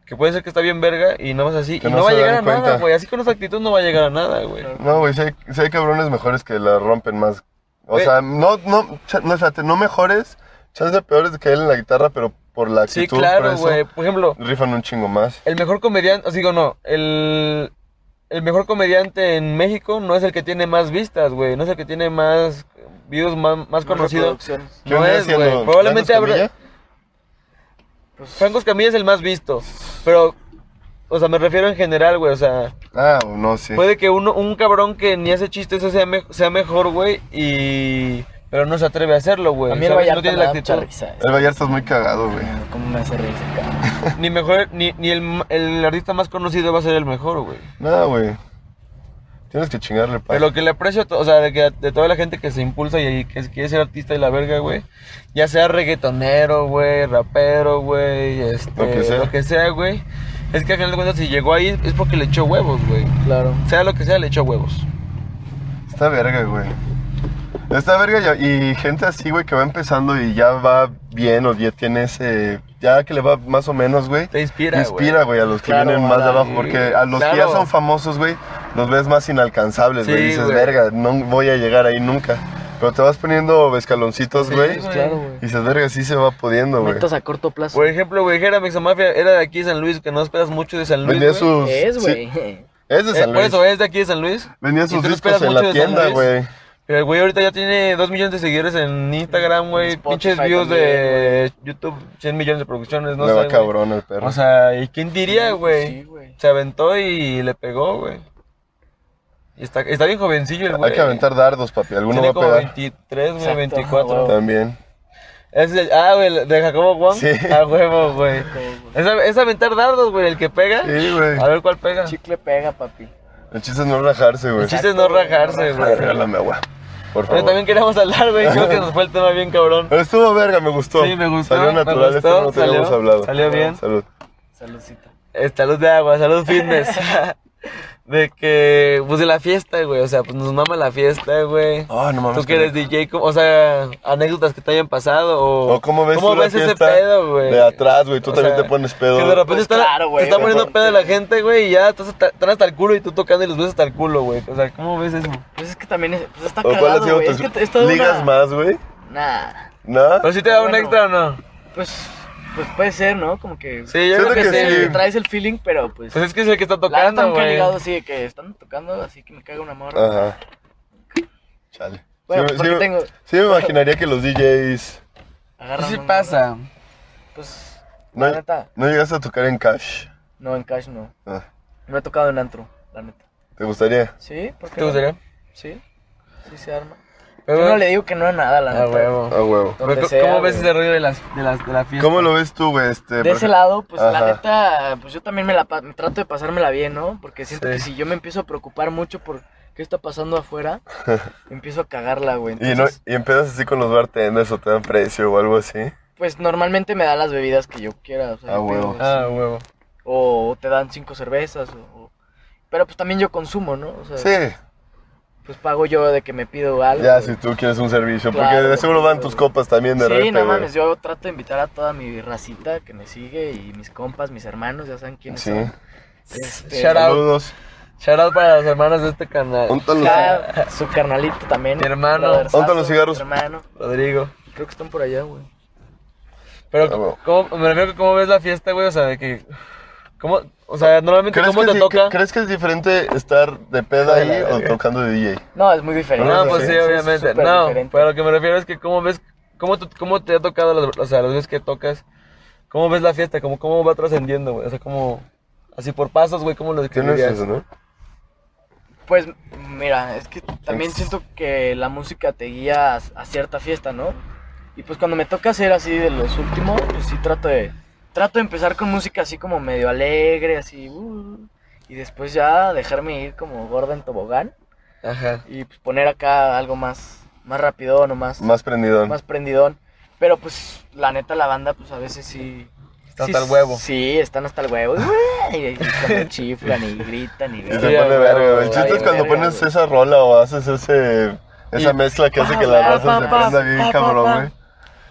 [SPEAKER 2] Que puede ser que está bien verga y nada más así.
[SPEAKER 1] Que
[SPEAKER 2] y
[SPEAKER 1] no
[SPEAKER 2] no, va a
[SPEAKER 1] se
[SPEAKER 2] llegar a
[SPEAKER 1] dan
[SPEAKER 2] nada,
[SPEAKER 1] cuenta.
[SPEAKER 2] güey. Así con esa actitud no va a llegar a nada, güey.
[SPEAKER 3] Claro.
[SPEAKER 1] No, güey, si hay, si hay cabrones mejores que la rompen más. O
[SPEAKER 2] Güey.
[SPEAKER 1] sea, no, no, cha- no, espérate, no mejores, chance de peores que él en la guitarra, pero por la
[SPEAKER 2] Sí,
[SPEAKER 1] actitud, por
[SPEAKER 2] claro,
[SPEAKER 1] eso,
[SPEAKER 2] güey. Por ejemplo,
[SPEAKER 1] rifan un chingo más.
[SPEAKER 2] el mejor comediante, os digo, no, el, el mejor comediante en México no es el que tiene más vistas, güey. No es el que tiene más views, más, más conocido.
[SPEAKER 3] Reproducciones.
[SPEAKER 1] ¿Qué
[SPEAKER 2] No
[SPEAKER 1] venía
[SPEAKER 2] es, güey.
[SPEAKER 1] haciendo?
[SPEAKER 2] Probablemente
[SPEAKER 1] ¿Blanco
[SPEAKER 2] habrá-
[SPEAKER 1] Escamilla?
[SPEAKER 3] Pues,
[SPEAKER 2] Franco Escamilla es el más visto, pero, o sea, me refiero en general, güey, o sea,
[SPEAKER 1] Ah, no, sí.
[SPEAKER 2] puede que uno, un cabrón que ni hace chistes sea, me- sea mejor, güey, y... Pero no se atreve a hacerlo, güey.
[SPEAKER 3] a mí el
[SPEAKER 2] Pues, ¿sabes?
[SPEAKER 3] Vallarta
[SPEAKER 2] no tiene
[SPEAKER 3] me
[SPEAKER 2] la
[SPEAKER 3] da mucha
[SPEAKER 2] actitud.
[SPEAKER 3] risa.
[SPEAKER 1] El Vallarta es muy cagado, güey.
[SPEAKER 3] ¿Cómo me hace reír ese cabrón?
[SPEAKER 2] Ni mejor, ni, ni el, ma- el artista más conocido va a ser el mejor, güey.
[SPEAKER 1] No, güey. Tienes que chingarle, pa.
[SPEAKER 2] Pero lo que le aprecio, a to- o sea, de, que, de toda la gente que se impulsa y, y que quiere ser artista y la verga, güey. Ya sea reggaetonero, güey, rapero, güey, este,
[SPEAKER 1] Lo que sea.
[SPEAKER 2] lo que sea, güey. Es que al final de cuentas, si llegó ahí, es porque le echó huevos, güey.
[SPEAKER 3] Claro.
[SPEAKER 2] Sea lo que sea, le echó huevos.
[SPEAKER 1] Está verga, güey. Está verga y, y gente así, güey, que va empezando y ya va bien o ya tiene ese... Ya que le va más o menos, güey.
[SPEAKER 2] Te inspira, güey.
[SPEAKER 1] Inspira, güey, a los que
[SPEAKER 3] Claro,
[SPEAKER 1] vienen más de
[SPEAKER 3] a la-
[SPEAKER 1] abajo. Porque a los que ya
[SPEAKER 2] claro.
[SPEAKER 1] son famosos, güey, los ves más inalcanzables, güey.
[SPEAKER 2] Sí,
[SPEAKER 1] Dices,
[SPEAKER 2] güey.
[SPEAKER 1] verga, no voy a llegar ahí nunca. Pero te vas poniendo escaloncitos,
[SPEAKER 2] Sí,
[SPEAKER 1] güey.
[SPEAKER 2] güey.
[SPEAKER 3] pues, Claro, güey.
[SPEAKER 1] y dices, verga, sí se va pudiendo, güey.
[SPEAKER 3] Metas a corto plazo.
[SPEAKER 2] Por ejemplo, güey, era Mexamafia, era de aquí de San Luis, que no esperas mucho de San Luis.
[SPEAKER 1] Vendía
[SPEAKER 2] güey.
[SPEAKER 1] sus...
[SPEAKER 3] es,
[SPEAKER 1] pues, sí,
[SPEAKER 3] güey.
[SPEAKER 1] es de
[SPEAKER 2] Eh,
[SPEAKER 1] San
[SPEAKER 2] por
[SPEAKER 1] Luis.
[SPEAKER 2] eso es de aquí de San Luis.
[SPEAKER 1] Vendía
[SPEAKER 2] Y
[SPEAKER 1] sus
[SPEAKER 2] tú no
[SPEAKER 1] discos
[SPEAKER 2] esperas
[SPEAKER 1] en
[SPEAKER 2] mucho
[SPEAKER 1] la
[SPEAKER 2] de San
[SPEAKER 1] tienda,
[SPEAKER 2] Luis.
[SPEAKER 1] güey.
[SPEAKER 2] Pero el güey ahorita ya tiene 2 millones de seguidores en Instagram, güey.
[SPEAKER 3] Spotify
[SPEAKER 2] Pinches views
[SPEAKER 3] también,
[SPEAKER 2] de YouTube, 100 millones de producciones, no
[SPEAKER 1] Me
[SPEAKER 2] sé.
[SPEAKER 1] va
[SPEAKER 2] güey.
[SPEAKER 1] cabrón el perro.
[SPEAKER 2] O sea, ¿y quién diría,
[SPEAKER 3] Sí,
[SPEAKER 2] güey?
[SPEAKER 3] güey.
[SPEAKER 2] Se aventó y le pegó, güey. Y está, está bien jovencillo el güey.
[SPEAKER 1] Hay que aventar dardos, papi. Alguno
[SPEAKER 2] Tiene
[SPEAKER 1] va
[SPEAKER 2] como
[SPEAKER 1] a pegar.
[SPEAKER 2] 23, güey,
[SPEAKER 3] Exacto,
[SPEAKER 2] 24.
[SPEAKER 3] huevo.
[SPEAKER 1] También.
[SPEAKER 2] Es el- ah, güey, el de Jacobo Wong.
[SPEAKER 1] Sí.
[SPEAKER 2] A huevo, güey. Es, a- es aventar dardos, güey, el que pega.
[SPEAKER 1] Sí, güey.
[SPEAKER 2] A ver cuál pega.
[SPEAKER 3] Chicle pega, papi.
[SPEAKER 1] El chiste es no rajarse, güey.
[SPEAKER 2] El chiste es no
[SPEAKER 3] Exacto, güey,
[SPEAKER 2] rajarse,
[SPEAKER 3] no
[SPEAKER 1] Ay,
[SPEAKER 2] güey.
[SPEAKER 1] Regálame agua. Por
[SPEAKER 2] Pero
[SPEAKER 1] favor.
[SPEAKER 2] también queríamos hablar, güey. Creo que nos fue el tema bien cabrón.
[SPEAKER 1] Pero estuvo verga, me gustó.
[SPEAKER 2] Sí, me gustó.
[SPEAKER 1] Salió natural,
[SPEAKER 2] me
[SPEAKER 1] esto
[SPEAKER 2] gustó,
[SPEAKER 1] no te habíamos
[SPEAKER 2] salió-
[SPEAKER 1] hablado.
[SPEAKER 2] Salió bien.
[SPEAKER 1] Salud.
[SPEAKER 3] Saludcita.
[SPEAKER 2] Eh, Salud de agua, salud fitness. de que, pues de la fiesta, güey. O sea, pues nos mama la fiesta, güey.
[SPEAKER 1] Ah, no mames.
[SPEAKER 2] Tú que eres DJ, ¿cómo- o sea, anécdotas que te hayan pasado o...
[SPEAKER 1] O cómo ves tú la
[SPEAKER 2] ese
[SPEAKER 1] fiesta
[SPEAKER 2] pedo, güey?
[SPEAKER 1] de atrás, güey? Tú
[SPEAKER 2] O
[SPEAKER 1] también
[SPEAKER 2] sea,
[SPEAKER 1] te pones pedo.
[SPEAKER 2] Que de repente
[SPEAKER 3] Pues
[SPEAKER 2] está,
[SPEAKER 3] claro, güey,
[SPEAKER 2] te está
[SPEAKER 3] de
[SPEAKER 2] poniendo
[SPEAKER 3] repente.
[SPEAKER 2] pedo la gente, güey, y ya estás hasta, están hasta el culo y tú tocando y los ves hasta el culo, güey. O sea, ¿cómo ves eso?
[SPEAKER 3] Pues es que también es, pues está
[SPEAKER 1] ¿O cuál ha
[SPEAKER 3] cagado,
[SPEAKER 1] sido
[SPEAKER 3] güey. Es
[SPEAKER 1] tus
[SPEAKER 3] que está
[SPEAKER 1] ligas más, güey?
[SPEAKER 3] Nah.
[SPEAKER 1] ¿No?
[SPEAKER 2] Pero si te da un
[SPEAKER 3] Bueno.
[SPEAKER 2] extra o no.
[SPEAKER 3] Pues, pues puede ser, ¿no? Como que...
[SPEAKER 2] Sí, yo
[SPEAKER 1] Siento
[SPEAKER 2] creo que,
[SPEAKER 1] que
[SPEAKER 2] sí.
[SPEAKER 1] sí.
[SPEAKER 3] Traes el feeling, pero pues...
[SPEAKER 2] Pues es que es el que está
[SPEAKER 3] la neta
[SPEAKER 2] tocando,
[SPEAKER 3] nunca he
[SPEAKER 2] güey.
[SPEAKER 3] ligado así de que están tocando, así que me caga una morra.
[SPEAKER 1] Ajá. Chale.
[SPEAKER 3] Bueno,
[SPEAKER 1] Sí,
[SPEAKER 3] porque
[SPEAKER 1] sí,
[SPEAKER 3] tengo...
[SPEAKER 1] sí me imaginaría que los DJs
[SPEAKER 3] Agarran
[SPEAKER 2] sí
[SPEAKER 3] una morra.
[SPEAKER 2] pasa.
[SPEAKER 3] Pues,
[SPEAKER 1] no,
[SPEAKER 3] la neta,
[SPEAKER 1] no llegaste a tocar en cash.
[SPEAKER 3] no, en cash no.
[SPEAKER 1] Ah,
[SPEAKER 3] No he tocado en antro, la neta.
[SPEAKER 1] ¿Te gustaría?
[SPEAKER 3] ¿Sí? ¿Por qué
[SPEAKER 2] ¿Te
[SPEAKER 3] no?
[SPEAKER 2] gustaría?
[SPEAKER 3] Sí, sí se arma. Ah,
[SPEAKER 2] Pero,
[SPEAKER 3] Yo no le digo que no a nada, la
[SPEAKER 2] A
[SPEAKER 3] neta.
[SPEAKER 2] Ah, huevo.
[SPEAKER 1] A Ah, huevo.
[SPEAKER 3] Donde
[SPEAKER 2] Pero,
[SPEAKER 3] sea,
[SPEAKER 2] ¿Cómo ves
[SPEAKER 3] güey.
[SPEAKER 2] ese rollo de, las, de, las, de la fiesta?
[SPEAKER 1] ¿Cómo lo ves tú, güey? Este,
[SPEAKER 3] De
[SPEAKER 1] por
[SPEAKER 3] ese
[SPEAKER 1] ej-
[SPEAKER 3] lado, pues
[SPEAKER 1] Ajá.
[SPEAKER 3] la neta, pues yo también me la pa- trato de pasármela bien, ¿no? Porque siento
[SPEAKER 2] Sí.
[SPEAKER 3] que si yo me empiezo a preocupar mucho por qué está pasando afuera, empiezo a cagarla, güey.
[SPEAKER 1] Y, no,
[SPEAKER 3] Entonces,
[SPEAKER 1] y empiezas así con los bartenders o te dan precio o algo así.
[SPEAKER 3] Pues normalmente me dan las bebidas que yo quiera, o sea,
[SPEAKER 1] Ah,
[SPEAKER 3] yo
[SPEAKER 1] huevo.
[SPEAKER 3] pido,
[SPEAKER 2] Ah,
[SPEAKER 3] sí.
[SPEAKER 2] huevo.
[SPEAKER 3] o te dan cinco cervezas, o, o- pero pues también yo consumo, ¿no? O sea,
[SPEAKER 1] Sí,
[SPEAKER 3] pues pago yo de que me pido algo.
[SPEAKER 1] ya
[SPEAKER 3] güey.
[SPEAKER 1] si tú quieres un servicio, porque
[SPEAKER 3] Claro,
[SPEAKER 1] de seguro van
[SPEAKER 3] güey.
[SPEAKER 1] tus copas también de
[SPEAKER 3] Sí,
[SPEAKER 1] repente.
[SPEAKER 3] no mames, yo trato de invitar a toda mi racita que me sigue y mis compas, mis hermanos, ya saben quiénes
[SPEAKER 1] Sí.
[SPEAKER 3] son. Este,
[SPEAKER 2] Shout out.
[SPEAKER 1] Saludos.
[SPEAKER 2] Shout out para los hermanos de este canal.
[SPEAKER 1] Onta los,
[SPEAKER 3] Claro, su carnalito también.
[SPEAKER 2] Mi hermano.
[SPEAKER 3] brotherzazo,
[SPEAKER 1] ¿Dónde los cigarros?
[SPEAKER 3] mi Hermano.
[SPEAKER 2] Rodrigo.
[SPEAKER 3] Creo que están por allá, güey.
[SPEAKER 2] Pero,
[SPEAKER 1] Ah, bueno.
[SPEAKER 2] ¿cómo, me refiero a cómo ves la fiesta, güey, o sea, de que... ¿Cómo? O sea, normalmente,
[SPEAKER 1] ¿Crees,
[SPEAKER 2] ¿cómo
[SPEAKER 1] que
[SPEAKER 2] te
[SPEAKER 1] sí-
[SPEAKER 2] toca?
[SPEAKER 1] ¿Crees que es diferente estar de peda
[SPEAKER 2] Joder,
[SPEAKER 1] ahí
[SPEAKER 2] la
[SPEAKER 1] o
[SPEAKER 2] verga.
[SPEAKER 1] tocando de DJ?
[SPEAKER 3] No, es muy diferente.
[SPEAKER 2] No,
[SPEAKER 1] Sí,
[SPEAKER 2] pues sí,
[SPEAKER 1] sí,
[SPEAKER 2] obviamente.
[SPEAKER 3] es súper
[SPEAKER 2] No,
[SPEAKER 3] diferente.
[SPEAKER 2] pero lo que me refiero es que cómo ves... ¿Cómo, tú- cómo te ha tocado, las, o sea, las veces que tocas? ¿Cómo ves la fiesta? ¿Cómo, cómo va trascendiendo, güey? O sea, como... Así por pasos, güey, ¿cómo lo
[SPEAKER 1] Tienes
[SPEAKER 2] describirías?
[SPEAKER 1] eso, ¿no?
[SPEAKER 3] Pues mira, es que también
[SPEAKER 1] Thanks.
[SPEAKER 3] siento que la música te guía a, a cierta fiesta, ¿no? Y pues cuando me toca hacer así de los últimos, pues sí trato de trato de empezar con música así como medio alegre, así uh, y después ya dejarme ir como gorda en tobogán
[SPEAKER 2] Ajá.
[SPEAKER 3] y pues poner acá algo más más rapidón o más
[SPEAKER 1] Más prendido.
[SPEAKER 3] más prendidón. Pero pues la neta la banda pues a veces sí
[SPEAKER 2] Está
[SPEAKER 3] sí-
[SPEAKER 2] hasta el huevo.
[SPEAKER 3] Sí, están hasta el huevo. Y, y cuando chiflan y gritan y
[SPEAKER 1] Y se
[SPEAKER 2] Sí,
[SPEAKER 1] pone
[SPEAKER 2] a
[SPEAKER 1] verga,
[SPEAKER 2] huevo,
[SPEAKER 1] güey. El chiste
[SPEAKER 2] ay,
[SPEAKER 1] es cuando
[SPEAKER 3] verga,
[SPEAKER 1] pones
[SPEAKER 3] güey.
[SPEAKER 1] esa rola o haces ese, esa
[SPEAKER 2] Y-
[SPEAKER 1] mezcla que hace
[SPEAKER 3] Pa,
[SPEAKER 1] que la
[SPEAKER 3] pa,
[SPEAKER 1] raza
[SPEAKER 3] pa,
[SPEAKER 1] se
[SPEAKER 3] pa,
[SPEAKER 1] prenda bien,
[SPEAKER 3] pa, pa,
[SPEAKER 1] cabrón,
[SPEAKER 3] pa.
[SPEAKER 1] güey.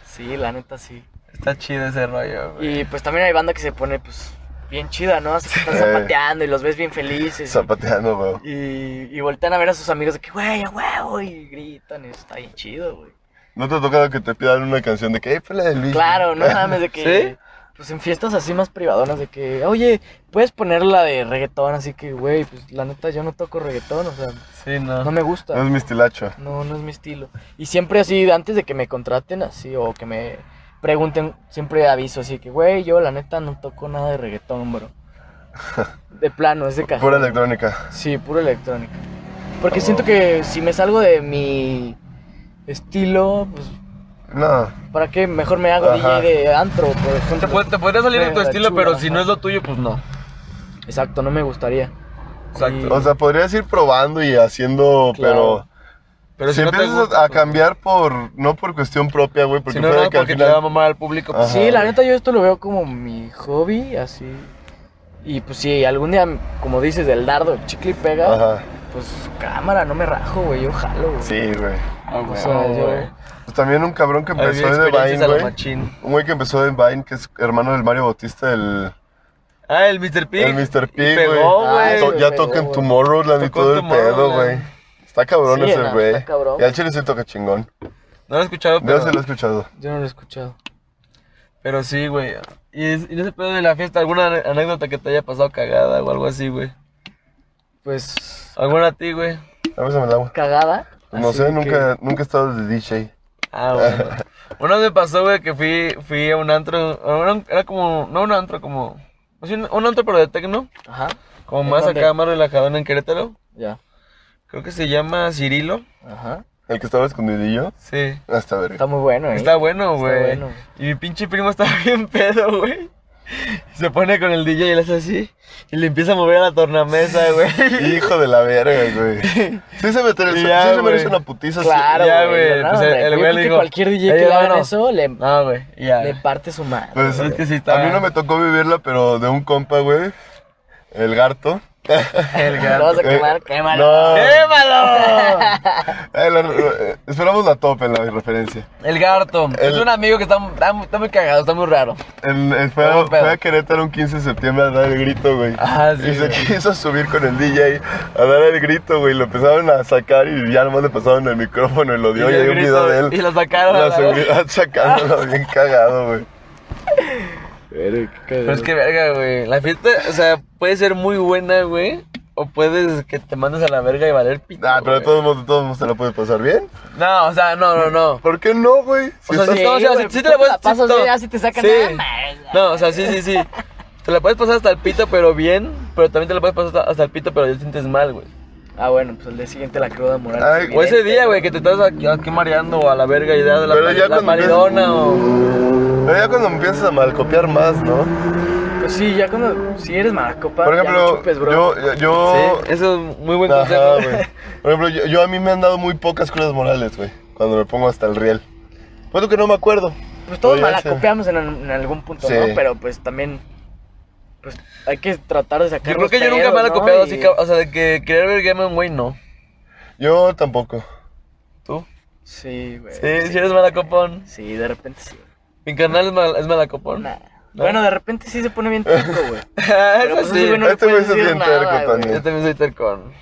[SPEAKER 3] Sí, la neta sí.
[SPEAKER 2] Está chido ese rollo, güey.
[SPEAKER 3] Y pues también hay banda que se pone pues bien chida, ¿no? Así que están
[SPEAKER 1] Sí.
[SPEAKER 3] zapateando y los ves bien felices. y-
[SPEAKER 1] Zapateando, güey.
[SPEAKER 3] Y, y voltean a ver a sus amigos de que, güey, a huevo, y gritan, y eso está bien chido, güey.
[SPEAKER 1] ¿No te ha tocado que te pidan una canción de que, hey, fue la de Luis?
[SPEAKER 3] Claro, no mames, de que,
[SPEAKER 2] ¿Sí?
[SPEAKER 3] pues en fiestas así más privadonas, de que, oye, puedes poner la de reggaetón, así que, güey, pues la neta yo no toco reggaetón, o sea,
[SPEAKER 2] Sí, no.
[SPEAKER 3] no me
[SPEAKER 1] No
[SPEAKER 3] gusta,
[SPEAKER 1] es mi estilacho.
[SPEAKER 3] no, no es mi estilo. Y siempre así, antes de que me contraten así, o que me pregunten, siempre aviso así que, güey, yo la neta no toco nada de reggaetón, bro. De plano, es de cajón.
[SPEAKER 1] Pura electrónica.
[SPEAKER 3] Sí, puro electrónica. Porque
[SPEAKER 1] Ah,
[SPEAKER 3] siento
[SPEAKER 1] bueno.
[SPEAKER 3] que si me salgo de mi estilo, pues,
[SPEAKER 1] No.
[SPEAKER 3] ¿para qué? Mejor me hago
[SPEAKER 1] Ajá.
[SPEAKER 3] DJ de antro, por
[SPEAKER 2] Te,
[SPEAKER 3] ejemplo.
[SPEAKER 2] puede- te podría salir de tu
[SPEAKER 3] Venga,
[SPEAKER 2] estilo,
[SPEAKER 3] chula,
[SPEAKER 2] pero si
[SPEAKER 3] ajá.
[SPEAKER 2] no es lo tuyo, pues no.
[SPEAKER 3] Exacto, no me gustaría.
[SPEAKER 2] Exacto.
[SPEAKER 3] Y-
[SPEAKER 1] O sea, podrías ir probando y haciendo,
[SPEAKER 3] Claro.
[SPEAKER 1] pero.
[SPEAKER 2] Pero si,
[SPEAKER 1] si
[SPEAKER 2] no te
[SPEAKER 1] empiezas
[SPEAKER 2] gusta,
[SPEAKER 1] a
[SPEAKER 2] pues,
[SPEAKER 1] cambiar por. No por cuestión propia, güey, porque
[SPEAKER 2] si no,
[SPEAKER 1] fuera
[SPEAKER 2] no,
[SPEAKER 1] que al
[SPEAKER 2] porque te va a
[SPEAKER 1] final.
[SPEAKER 2] mamar al público. pues,
[SPEAKER 1] Ajá.
[SPEAKER 3] sí, la
[SPEAKER 1] güey.
[SPEAKER 3] neta yo esto lo veo como mi hobby, así. Y pues si algún día, como dices, del dardo, chicle y pega,
[SPEAKER 1] Ajá.
[SPEAKER 3] pues cámara, no me rajo, güey, yo jalo, güey.
[SPEAKER 1] Sí, güey.
[SPEAKER 2] ah, güey,
[SPEAKER 3] O sea, yo-
[SPEAKER 2] güey.
[SPEAKER 1] Pues también un cabrón que
[SPEAKER 2] Ahí vi
[SPEAKER 1] empezó de
[SPEAKER 2] experiencias
[SPEAKER 1] Vine,
[SPEAKER 2] a lo
[SPEAKER 1] güey.
[SPEAKER 2] machín.
[SPEAKER 1] Un güey que empezó en Vine, que es hermano del Mario Bautista, el,
[SPEAKER 2] Ah, el Mr. Pig.
[SPEAKER 1] el Mr.
[SPEAKER 2] Y
[SPEAKER 1] Pig, güey.
[SPEAKER 2] pegó,
[SPEAKER 3] Ah,
[SPEAKER 1] To-
[SPEAKER 2] güey.
[SPEAKER 3] eso-
[SPEAKER 1] ya
[SPEAKER 3] pegó,
[SPEAKER 1] toca en
[SPEAKER 3] güey.
[SPEAKER 1] Tomorrowland y
[SPEAKER 2] Tocó
[SPEAKER 1] todo
[SPEAKER 2] en
[SPEAKER 1] el pedo,
[SPEAKER 2] Tomorrowland.
[SPEAKER 1] güey. Está cabrón
[SPEAKER 3] Sí, no,
[SPEAKER 1] ese,
[SPEAKER 3] está
[SPEAKER 1] güey.
[SPEAKER 3] cabrón.
[SPEAKER 1] Y al chile sí toca chingón.
[SPEAKER 2] No lo he escuchado,
[SPEAKER 1] Yo
[SPEAKER 2] pero,
[SPEAKER 1] se lo he escuchado.
[SPEAKER 3] Yo no lo he escuchado.
[SPEAKER 2] pero sí, güey. Y, es- y en ese pedo de la fiesta, ¿alguna ane- anécdota que te haya pasado cagada o algo así, güey?
[SPEAKER 3] Pues,
[SPEAKER 2] ¿Alguna a ti, güey?
[SPEAKER 1] Dame el agua.
[SPEAKER 3] cagada.
[SPEAKER 1] Pues No
[SPEAKER 3] así
[SPEAKER 1] sé,
[SPEAKER 3] que-
[SPEAKER 1] nunca, nunca he estado de DJ.
[SPEAKER 2] Ah, bueno. Una vez me pasó, güey, que fui, fui a un antro. a un- Era como. No un antro, como. pues sí, Un, un antro, pero de tecno.
[SPEAKER 3] Ajá,
[SPEAKER 2] Como
[SPEAKER 3] ¿En
[SPEAKER 2] más
[SPEAKER 3] dónde?
[SPEAKER 2] acá, más relajado en Querétaro.
[SPEAKER 3] ya.
[SPEAKER 2] Creo que se llama Cirilo.
[SPEAKER 3] Ajá.
[SPEAKER 1] El que estaba escondidillo. ah,
[SPEAKER 2] Sí.
[SPEAKER 1] Hasta ver.
[SPEAKER 3] Está muy bueno, ¿eh?
[SPEAKER 2] Está bueno,
[SPEAKER 3] Está
[SPEAKER 2] güey.
[SPEAKER 3] bueno.
[SPEAKER 2] Y mi pinche primo estaba bien pedo, güey. Se pone con el DJ y le hace así. Y le empieza a mover a la tornamesa, güey.
[SPEAKER 1] Hijo de la verga, güey. Sí se merece,
[SPEAKER 2] Ya,
[SPEAKER 1] sí se
[SPEAKER 2] güey.
[SPEAKER 1] merece una putiza. sí.
[SPEAKER 3] Claro,
[SPEAKER 2] Ya,
[SPEAKER 3] güey.
[SPEAKER 2] güey,
[SPEAKER 3] no,
[SPEAKER 2] pues, el-
[SPEAKER 3] hombre,
[SPEAKER 2] el
[SPEAKER 3] yo
[SPEAKER 2] güey
[SPEAKER 3] creo
[SPEAKER 2] le
[SPEAKER 3] que
[SPEAKER 2] digo,
[SPEAKER 3] cualquier DJ
[SPEAKER 2] "Ey,
[SPEAKER 3] que le hagan
[SPEAKER 2] vámonos".
[SPEAKER 3] eso le,
[SPEAKER 2] No, güey, ya.
[SPEAKER 3] le
[SPEAKER 2] güey.
[SPEAKER 3] parte su madre.
[SPEAKER 1] Pues,
[SPEAKER 2] Es que sí está.
[SPEAKER 1] A mí no me tocó vivirla, pero de un compa, güey. El garto.
[SPEAKER 2] El
[SPEAKER 3] Lo vas
[SPEAKER 2] gato.
[SPEAKER 3] a quemar,
[SPEAKER 1] Eh,
[SPEAKER 3] quémalo.
[SPEAKER 1] No.
[SPEAKER 2] ¡Quémalo!
[SPEAKER 1] Eh, la- eh, esperamos la top en la referencia.
[SPEAKER 2] El garto. Es
[SPEAKER 1] El-
[SPEAKER 2] un amigo que está, está, muy- está muy cagado, está muy raro.
[SPEAKER 1] El, el- fue,
[SPEAKER 2] Todo
[SPEAKER 1] a,
[SPEAKER 2] un pedo.
[SPEAKER 1] fue a Querétaro un 15 de septiembre a dar el grito, güey.
[SPEAKER 2] Ah, sí,
[SPEAKER 1] y se
[SPEAKER 2] güey.
[SPEAKER 1] quiso subir con el DJ a dar el grito, güey. Lo empezaron a sacar y ya nomás le pasaron el micrófono y lo dio.
[SPEAKER 2] Y
[SPEAKER 1] Y,
[SPEAKER 2] el
[SPEAKER 1] hay un
[SPEAKER 2] grito,
[SPEAKER 1] video de él.
[SPEAKER 2] y lo sacaron a
[SPEAKER 1] La
[SPEAKER 2] la
[SPEAKER 1] seguridad sacándolo bien cagado, güey.
[SPEAKER 2] Pero es que verga, güey. La fiesta, o sea, puede ser muy buena, güey. O puedes que te mandes a la verga y valer pito.
[SPEAKER 1] Ah, pero de
[SPEAKER 2] güey.
[SPEAKER 1] todos modos, de todos modos te la puedes pasar bien.
[SPEAKER 2] No, o sea, no, no, no.
[SPEAKER 1] ¿Por qué no, güey?
[SPEAKER 2] O sea,
[SPEAKER 1] estás-
[SPEAKER 2] sí, no, o sea,
[SPEAKER 3] güey,
[SPEAKER 2] sí te
[SPEAKER 3] tú
[SPEAKER 2] la puedes-
[SPEAKER 3] la pasas
[SPEAKER 2] sí te-
[SPEAKER 3] bien, así te sacan.
[SPEAKER 2] sí.
[SPEAKER 3] "Ah, madre".
[SPEAKER 2] No, o sea, sí, sí, sí. Te la puedes pasar hasta el pito, pero bien. Pero también te la puedes pasar hasta- hasta el pito, pero ya te sientes mal, güey.
[SPEAKER 3] Ah, bueno, pues el día siguiente la cruda moral.
[SPEAKER 1] Ay,
[SPEAKER 3] es
[SPEAKER 2] O ese
[SPEAKER 3] evidente.
[SPEAKER 2] día, güey, que te estás aquí, aquí mareando o a la verga y de la,
[SPEAKER 1] Pero ya
[SPEAKER 2] la,
[SPEAKER 1] cuando
[SPEAKER 2] maridona o...
[SPEAKER 1] Pero ya cuando empiezas a malcopiar más, ¿no?
[SPEAKER 3] Pues sí, ya cuando. Si eres maracopa,
[SPEAKER 1] Por
[SPEAKER 3] ya
[SPEAKER 1] ejemplo,
[SPEAKER 3] no chupes, bro.
[SPEAKER 1] yo, yo,
[SPEAKER 2] Sí, eso es un muy buen
[SPEAKER 1] Ajá,
[SPEAKER 2] consejo.
[SPEAKER 1] güey. Por ejemplo, yo, yo a mí me han dado muy pocas crudas morales, güey. Cuando me pongo hasta el riel. Puedo que no me acuerdo.
[SPEAKER 3] pues todos
[SPEAKER 1] Oye,
[SPEAKER 3] malacopeamos en, en algún punto,
[SPEAKER 1] Sí.
[SPEAKER 3] ¿no? Pero pues también. Pues hay que tratar de sacar.
[SPEAKER 2] Yo creo
[SPEAKER 3] los
[SPEAKER 2] que yo nunca
[SPEAKER 3] pedos,
[SPEAKER 2] me la he
[SPEAKER 3] ¿no?
[SPEAKER 2] copiado
[SPEAKER 3] Y-
[SPEAKER 2] así, cab- o sea, de que querer ver Game güey, no.
[SPEAKER 1] Yo tampoco.
[SPEAKER 2] ¿Tú?
[SPEAKER 3] Sí, güey.
[SPEAKER 2] Sí, si eres malacopón.
[SPEAKER 3] Sí, de repente sí.
[SPEAKER 2] Mi canal es, mal, es malacopón.
[SPEAKER 3] Nah. Bueno, de repente sí se pone bien tico, güey. Pero
[SPEAKER 2] eso
[SPEAKER 3] pues
[SPEAKER 2] sí.
[SPEAKER 3] ese güey no le
[SPEAKER 1] Este güey es
[SPEAKER 3] puedes decir
[SPEAKER 1] bien
[SPEAKER 3] nada,
[SPEAKER 1] terco
[SPEAKER 3] güey.
[SPEAKER 1] también.
[SPEAKER 2] Yo también soy tercón.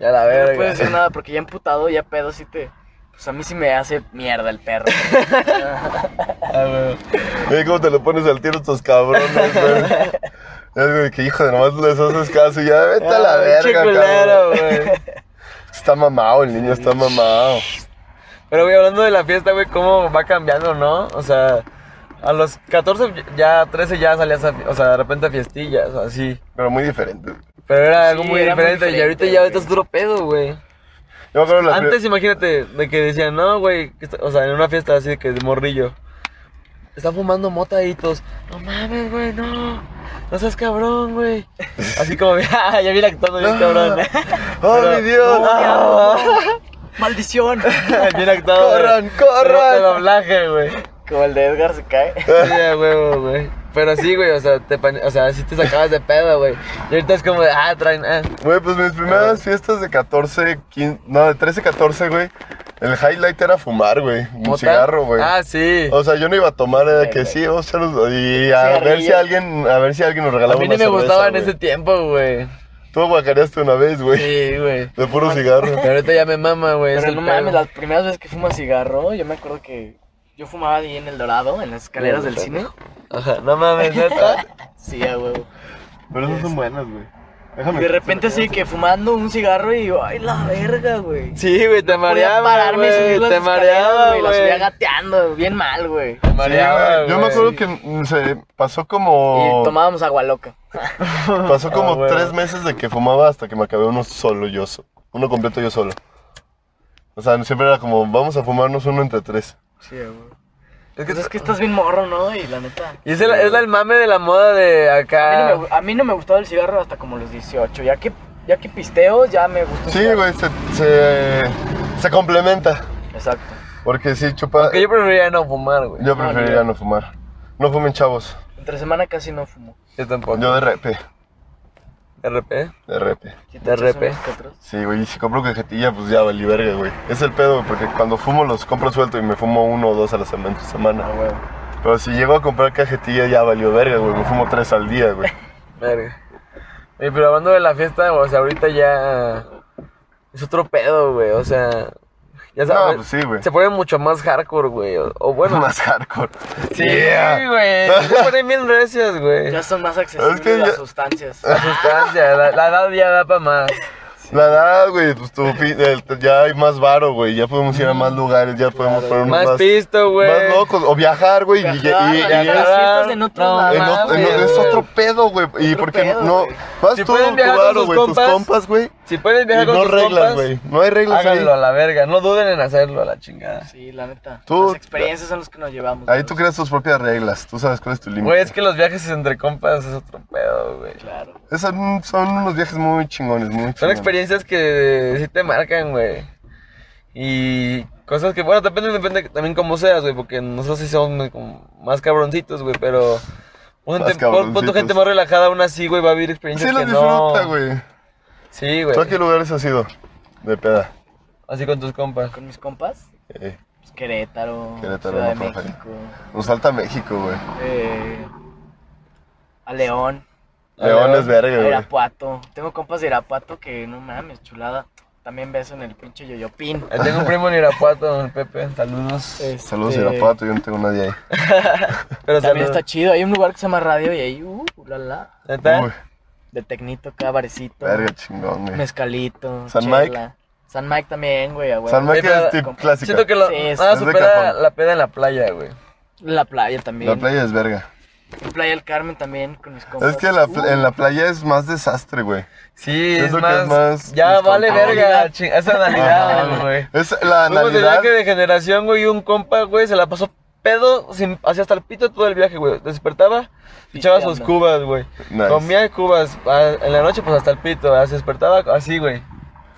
[SPEAKER 2] Ya la
[SPEAKER 3] No
[SPEAKER 2] verga.
[SPEAKER 3] le puedes decir nada porque ya emputado, ya pedo, sí te. Pues a mí sí me hace mierda el perro.
[SPEAKER 2] Ah, güey.
[SPEAKER 1] Oye, ¿cómo te lo pones al tiro estos cabrones, güey? Es güey, que hijo de nomás les haces caso y ya vete a la
[SPEAKER 2] Ah, pinche
[SPEAKER 1] verga,
[SPEAKER 2] culero,
[SPEAKER 1] cabrón.
[SPEAKER 2] güey.
[SPEAKER 1] Está mamado, el niño está mamado.
[SPEAKER 2] Pero, güey, hablando de la fiesta, güey, cómo va cambiando, ¿no? O sea, a los 14, ya 13 ya salías, a, o sea, de repente a fiestillas, o así.
[SPEAKER 1] Pero muy diferente.
[SPEAKER 2] Pero era algo
[SPEAKER 3] Sí,
[SPEAKER 2] muy
[SPEAKER 3] era muy
[SPEAKER 2] diferente, y ahorita
[SPEAKER 3] diferente,
[SPEAKER 2] ya ahorita
[SPEAKER 3] güey.
[SPEAKER 2] es otro pedo, güey.
[SPEAKER 1] Yo Yo me acuerdo la
[SPEAKER 2] Antes imagínate de que decían, no, güey, que está- o sea, en una fiesta así de que de morrillo. Está fumando mota y todos, no mames, güey, no. No seas cabrón, güey. Así como, "Ah, ya viene actuando bien
[SPEAKER 1] No.
[SPEAKER 2] cabrón.
[SPEAKER 1] ¡Oh,
[SPEAKER 2] Pero-
[SPEAKER 1] mi Dios!
[SPEAKER 2] No,
[SPEAKER 3] ¡Maldición!
[SPEAKER 2] bien actuado. güey.
[SPEAKER 1] ¡Corran,
[SPEAKER 2] Pero de
[SPEAKER 1] corran!
[SPEAKER 2] doblaje, güey.
[SPEAKER 3] Como el de Edgar se cae.
[SPEAKER 2] Sí, a huevo, güey. Pero sí, güey, o sea, te pane- o sea, sí te sacabas de pedo, güey. Y ahorita es como, de, ah, traen, ah.
[SPEAKER 1] Güey, pues mis primeras fiestas de 14, 15, no, de 13, 14, güey. El highlight era fumar, güey. Un
[SPEAKER 2] ¿mota?
[SPEAKER 1] cigarro, güey.
[SPEAKER 2] Ah, sí.
[SPEAKER 1] O sea, yo no iba a tomar, era
[SPEAKER 3] Sí,
[SPEAKER 1] que
[SPEAKER 3] güey.
[SPEAKER 1] sí, vamos a echar- y a ver si
[SPEAKER 3] Cigarrillo.
[SPEAKER 1] alguien, a ver si alguien nos
[SPEAKER 2] a
[SPEAKER 1] regalaba
[SPEAKER 2] mí
[SPEAKER 1] una
[SPEAKER 2] ni me
[SPEAKER 1] cerveza,
[SPEAKER 2] gustaba en
[SPEAKER 1] güey.
[SPEAKER 2] ese tiempo, güey.
[SPEAKER 1] Tú guacareaste una vez, güey.
[SPEAKER 2] Sí, güey.
[SPEAKER 1] De puro cigarro.
[SPEAKER 2] Pero ahorita ya me mama, güey. es
[SPEAKER 3] Pero
[SPEAKER 2] el
[SPEAKER 3] no
[SPEAKER 2] pedo.
[SPEAKER 3] mames, las primeras veces que fumas cigarro, yo me acuerdo que yo fumaba ahí en El Dorado, en las escaleras del cine.
[SPEAKER 2] Ajá, no mames, neta.
[SPEAKER 3] Sí, a huevo.
[SPEAKER 1] Pero esas son buenas, güey.
[SPEAKER 3] Y
[SPEAKER 1] Déjame.
[SPEAKER 3] de repente así que fumando un cigarro y yo, ay, la verga, güey.
[SPEAKER 2] Sí, güey, te
[SPEAKER 3] Podía
[SPEAKER 2] mareaba.
[SPEAKER 3] pararme y
[SPEAKER 2] güey,
[SPEAKER 3] subir las
[SPEAKER 2] Te
[SPEAKER 3] escaleras,
[SPEAKER 2] mareaba,
[SPEAKER 3] güey. La subía
[SPEAKER 2] güey.
[SPEAKER 3] gateando, bien mal, güey.
[SPEAKER 2] Te
[SPEAKER 1] Sí,
[SPEAKER 2] mareaba.
[SPEAKER 1] güey. yo me
[SPEAKER 2] güey.
[SPEAKER 1] acuerdo que mm, se pasó
[SPEAKER 3] Y
[SPEAKER 1] como.
[SPEAKER 3] tomábamos agua loca.
[SPEAKER 1] Pasó como
[SPEAKER 2] Ah, güey.
[SPEAKER 1] tres meses de que fumaba hasta que me acabé uno solo yo so- Uno completo yo solo. O sea, siempre era como, vamos a fumarnos uno entre tres.
[SPEAKER 3] Sí, güey.
[SPEAKER 2] Es que-
[SPEAKER 3] Pues es que estás bien morro, ¿no? Y la neta.
[SPEAKER 2] Y es el, es el mame de la moda de
[SPEAKER 3] A mí,
[SPEAKER 2] acá.
[SPEAKER 3] no me, a mí no me gustaba el cigarro hasta como los 18. Ya que, ya que pisteo, ya me gustó. el
[SPEAKER 1] Sí,
[SPEAKER 3] cigarro.
[SPEAKER 1] güey, se, se, se complementa.
[SPEAKER 3] Exacto.
[SPEAKER 1] Porque sí, chupa.
[SPEAKER 2] Que yo preferiría no fumar, güey.
[SPEAKER 1] Yo preferiría
[SPEAKER 3] no.
[SPEAKER 1] no fumar. No fumen chavos.
[SPEAKER 3] Entre semana casi no fumo.
[SPEAKER 2] Yo tampoco. ¿eh?
[SPEAKER 1] Yo de repe.
[SPEAKER 2] RP.
[SPEAKER 1] De repe.
[SPEAKER 3] Si
[SPEAKER 2] De
[SPEAKER 3] echas
[SPEAKER 2] repe.
[SPEAKER 3] unos que otros.
[SPEAKER 1] Sí, güey, y si compro cajetilla, pues ya valí verga, güey. Es el pedo, güey, porque cuando fumo los compro suelto y me fumo uno o dos a la semana, entre
[SPEAKER 3] Ah,
[SPEAKER 1] semana.
[SPEAKER 3] güey.
[SPEAKER 1] Pero si llego a comprar cajetilla, ya valió verga, güey. Me fumo tres al día, güey.
[SPEAKER 2] Verga. Oye, pero hablando de la fiesta, o sea, ahorita ya es otro pedo, güey. O sea, ya sabes.
[SPEAKER 1] No, pues sí, güey.
[SPEAKER 2] Se pone mucho más hardcore, güey. O, o bueno.
[SPEAKER 1] Más hardcore.
[SPEAKER 2] Sí, güey. Se ponen bien recios, güey.
[SPEAKER 3] Ya son más accesibles
[SPEAKER 1] Es que
[SPEAKER 3] las
[SPEAKER 1] ya-
[SPEAKER 3] sustancias.
[SPEAKER 2] La sustancia, la, la edad ya da para más.
[SPEAKER 1] La edad, güey, pues tu pi- el- ya hay más varo, güey. Ya podemos ir a más lugares, ya podemos ponernos
[SPEAKER 2] Mm. Más,
[SPEAKER 1] más,
[SPEAKER 2] pisto, güey.
[SPEAKER 1] más locos. O viajar, güey. Y,
[SPEAKER 3] Viajar,
[SPEAKER 1] y- y-
[SPEAKER 3] viajar.
[SPEAKER 1] es-
[SPEAKER 3] fiestas en otro
[SPEAKER 2] no,
[SPEAKER 3] lado. Ah,
[SPEAKER 1] en
[SPEAKER 2] mames,
[SPEAKER 1] ot- en o- es
[SPEAKER 2] güey.
[SPEAKER 1] otro pedo, güey. Y
[SPEAKER 3] Otro
[SPEAKER 1] porque
[SPEAKER 3] pedo,
[SPEAKER 1] no.
[SPEAKER 3] güey.
[SPEAKER 1] Vas
[SPEAKER 2] Si
[SPEAKER 1] tú,
[SPEAKER 2] pueden
[SPEAKER 1] tu
[SPEAKER 2] viajar con
[SPEAKER 1] varo,
[SPEAKER 2] sus
[SPEAKER 1] güey, tus
[SPEAKER 2] compas,
[SPEAKER 1] compas, güey.
[SPEAKER 2] Si pueden viajar
[SPEAKER 1] Y
[SPEAKER 2] con
[SPEAKER 1] no
[SPEAKER 2] sus
[SPEAKER 1] reglas,
[SPEAKER 2] compas,
[SPEAKER 1] güey. No hay reglas ahí.
[SPEAKER 2] háganlo a la verga. No duden en hacerlo a la chingada.
[SPEAKER 3] Sí, la neta.
[SPEAKER 1] Tú-
[SPEAKER 3] las experiencias son las que nos llevamos.
[SPEAKER 1] Ahí
[SPEAKER 3] ¿no?
[SPEAKER 1] tú creas tus propias reglas. Tú sabes cuál es tu límite.
[SPEAKER 2] Güey, es que los viajes entre compas es otro pedo, güey.
[SPEAKER 3] Claro.
[SPEAKER 1] Esos Son, son unos viajes muy chingones, muy chingones.
[SPEAKER 2] Son experiencias que sí te marcan, güey. Y cosas que, bueno, depende, depende también cómo seas, güey, porque nosotros sí somos muy como más cabroncitos, güey, pero... Una
[SPEAKER 1] Más
[SPEAKER 2] gente, pon- pon tu
[SPEAKER 1] cabroncitos.
[SPEAKER 2] gente más relajada, aún así, güey, va a vivir
[SPEAKER 1] Sí
[SPEAKER 2] experiencias
[SPEAKER 1] los
[SPEAKER 2] que no...
[SPEAKER 1] disfruta, güey.
[SPEAKER 2] Sí,
[SPEAKER 1] ¿Tú a qué
[SPEAKER 2] güey.
[SPEAKER 1] lugares has ido? De peda.
[SPEAKER 2] Así con tus compas.
[SPEAKER 3] Con mis compas,
[SPEAKER 1] Eh,
[SPEAKER 3] pues Querétaro,
[SPEAKER 1] Querétaro,
[SPEAKER 3] Ciudad de
[SPEAKER 1] no, por favor.
[SPEAKER 3] México,
[SPEAKER 1] nos falta México, güey.
[SPEAKER 3] eh, a León,
[SPEAKER 2] A
[SPEAKER 1] León
[SPEAKER 2] León.
[SPEAKER 1] es verga,
[SPEAKER 3] a
[SPEAKER 1] güey.
[SPEAKER 3] Irapuato. Tengo compas de Irapuato que no mames, chulada. También beso en el pinche yoyopín.
[SPEAKER 2] Ahí Eh, tengo un primo en Irapuato, el Pepe. Saludos.
[SPEAKER 1] Saludos
[SPEAKER 3] Este,
[SPEAKER 1] a Irapuato, yo no tengo nadie ahí.
[SPEAKER 2] Pero
[SPEAKER 3] También
[SPEAKER 2] saludos.
[SPEAKER 3] está chido. Hay un lugar que se llama Radio y ahí, uh, la, la,
[SPEAKER 2] ¿Neta?
[SPEAKER 1] Uy,
[SPEAKER 3] de tecnito acá, barecito,
[SPEAKER 1] verga chingón, güey.
[SPEAKER 3] mezcalito,
[SPEAKER 1] San
[SPEAKER 3] chela.
[SPEAKER 1] Mike.
[SPEAKER 3] San Mike también, güey, a huevo.
[SPEAKER 1] San Mike
[SPEAKER 2] pero-
[SPEAKER 1] es tip
[SPEAKER 3] compa-
[SPEAKER 1] clásica.
[SPEAKER 2] Siento que lo,
[SPEAKER 3] Sí, es-
[SPEAKER 2] nada
[SPEAKER 1] es de
[SPEAKER 2] supera
[SPEAKER 1] cajón.
[SPEAKER 2] la peda en la playa, güey.
[SPEAKER 3] La playa también.
[SPEAKER 1] La playa es verga.
[SPEAKER 3] En Playa del Carmen también con mis compas.
[SPEAKER 1] Es que la pla-
[SPEAKER 3] Uh,
[SPEAKER 1] en la playa es más desastre, güey.
[SPEAKER 2] Sí, es
[SPEAKER 1] Siento que
[SPEAKER 2] más,
[SPEAKER 1] es más
[SPEAKER 2] Ya vale
[SPEAKER 1] descontrol.
[SPEAKER 2] verga, ching, esa
[SPEAKER 1] Ajá,
[SPEAKER 2] Navidad, güey.
[SPEAKER 1] Es la
[SPEAKER 2] Fuimos de
[SPEAKER 1] Navidad.
[SPEAKER 2] viaje de generación, güey, y un compa, güey, se la pasó pedo sin, hacia hasta el pito todo el viaje, güey. Despertaba, echaba sus
[SPEAKER 3] Pisteando.
[SPEAKER 2] cubas, güey.
[SPEAKER 1] Nice.
[SPEAKER 2] Comía cubas. a- en la noche, pues hasta el pito. ah, Se despertaba así, güey.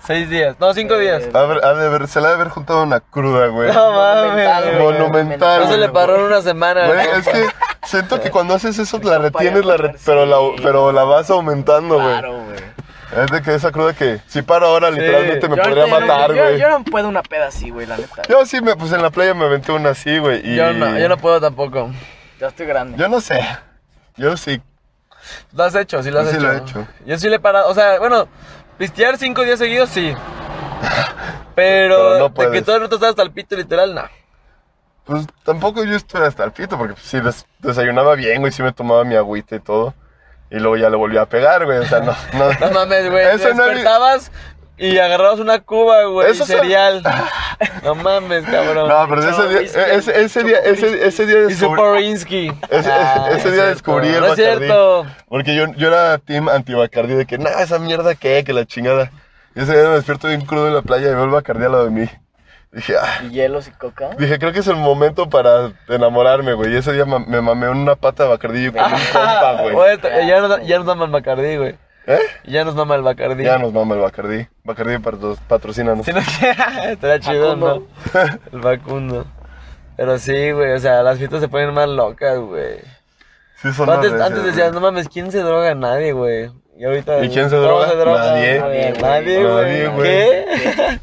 [SPEAKER 2] Seis días. No, cinco
[SPEAKER 3] Eh,
[SPEAKER 2] días.
[SPEAKER 1] Ha de haber- ha de haber- se la ha de haber juntado una cruda, güey.
[SPEAKER 2] No
[SPEAKER 3] monumental,
[SPEAKER 2] mames,
[SPEAKER 3] güey.
[SPEAKER 2] güey.
[SPEAKER 1] Monumental,
[SPEAKER 2] No se le paró en una semana,
[SPEAKER 1] Güey,
[SPEAKER 2] güey.
[SPEAKER 1] es que siento que cuando haces eso la
[SPEAKER 3] Compa,
[SPEAKER 1] retienes,
[SPEAKER 3] ya
[SPEAKER 1] la re-
[SPEAKER 3] comer,
[SPEAKER 1] pero, la,
[SPEAKER 3] sí.
[SPEAKER 1] pero la vas aumentando, güey.
[SPEAKER 3] Claro, güey.
[SPEAKER 1] Es de que esa cruda que si paro ahora literalmente me
[SPEAKER 3] Yo
[SPEAKER 1] podría
[SPEAKER 3] ahorita ya no-
[SPEAKER 1] matar,
[SPEAKER 3] yo-
[SPEAKER 1] güey.
[SPEAKER 3] Yo
[SPEAKER 1] Yo,
[SPEAKER 3] no puedo una peda así, güey, la neta.
[SPEAKER 1] sí, me, pues en la playa me aventé una así, güey. y-
[SPEAKER 2] Yo no, yo no puedo tampoco.
[SPEAKER 3] Ya estoy grande.
[SPEAKER 1] Yo no sé. Yo sí.
[SPEAKER 2] Lo has hecho, sí lo has
[SPEAKER 1] Yo sí
[SPEAKER 2] hecho.
[SPEAKER 1] lo he hecho.
[SPEAKER 2] Yo sí le he parado, o sea, bueno, pistear cinco días seguidos, sí. Pero,
[SPEAKER 1] Pero no
[SPEAKER 2] de que
[SPEAKER 1] puedes.
[SPEAKER 2] todo el rato estás hasta el pito, literal, no.
[SPEAKER 1] Pues tampoco yo estuve hasta el pito, porque pues, sí des- desayunaba bien, güey, sí me tomaba mi agüita y todo. Y luego ya le volví a pegar, güey. O sea, no. no.
[SPEAKER 2] No mames, güey. Te
[SPEAKER 1] Eso no-
[SPEAKER 2] despertabas y agarrabas una cuba, güey, y
[SPEAKER 1] Eso son-
[SPEAKER 2] cereal. No mames, cabrón.
[SPEAKER 1] No, pero ese día,
[SPEAKER 3] Whisky,
[SPEAKER 1] ese, ese día, ese, ese día
[SPEAKER 2] y su
[SPEAKER 1] descubrí,
[SPEAKER 2] Porinsky.
[SPEAKER 1] ese, ese- ese día descubrí el
[SPEAKER 2] No es
[SPEAKER 1] Bacardí.
[SPEAKER 2] cierto.
[SPEAKER 1] Porque yo, yo era team anti-Bacardí, de que, nada, esa mierda que, que la chingada. Y ese día me despierto bien crudo en la playa y veo el Bacardí al lado de mí. Dije, ah.
[SPEAKER 3] ¿Y hielos y coca?
[SPEAKER 1] Dije, creo que es el momento para enamorarme, güey. Y ese día ma- me mamé una pata de Bacardí y con un compa, güey.
[SPEAKER 2] Oye, t- ya, nos, ya nos mama el Bacardí, güey.
[SPEAKER 1] ¿Eh?
[SPEAKER 2] Ya nos mama el Bacardí.
[SPEAKER 1] Ya nos mama el Bacardí. Bacardí patro- patrocínanos.
[SPEAKER 2] Si no que- estaría chido, ¿no?
[SPEAKER 3] Facundo.
[SPEAKER 2] El Facundo. Pero sí, güey, o sea, las fiestas se ponen más locas, güey.
[SPEAKER 1] Sí, son
[SPEAKER 2] Antes,
[SPEAKER 1] las
[SPEAKER 2] antes
[SPEAKER 1] veces,
[SPEAKER 2] decías, no
[SPEAKER 1] güey.
[SPEAKER 2] mames, ¿quién se droga? Nadie, güey. Y ahorita.
[SPEAKER 1] eh. ¿Y quién se
[SPEAKER 2] todos
[SPEAKER 1] droga? Nadie.
[SPEAKER 2] güey.
[SPEAKER 3] Nadie,
[SPEAKER 2] Nadie,
[SPEAKER 1] güey.
[SPEAKER 2] güey. ¿Qué?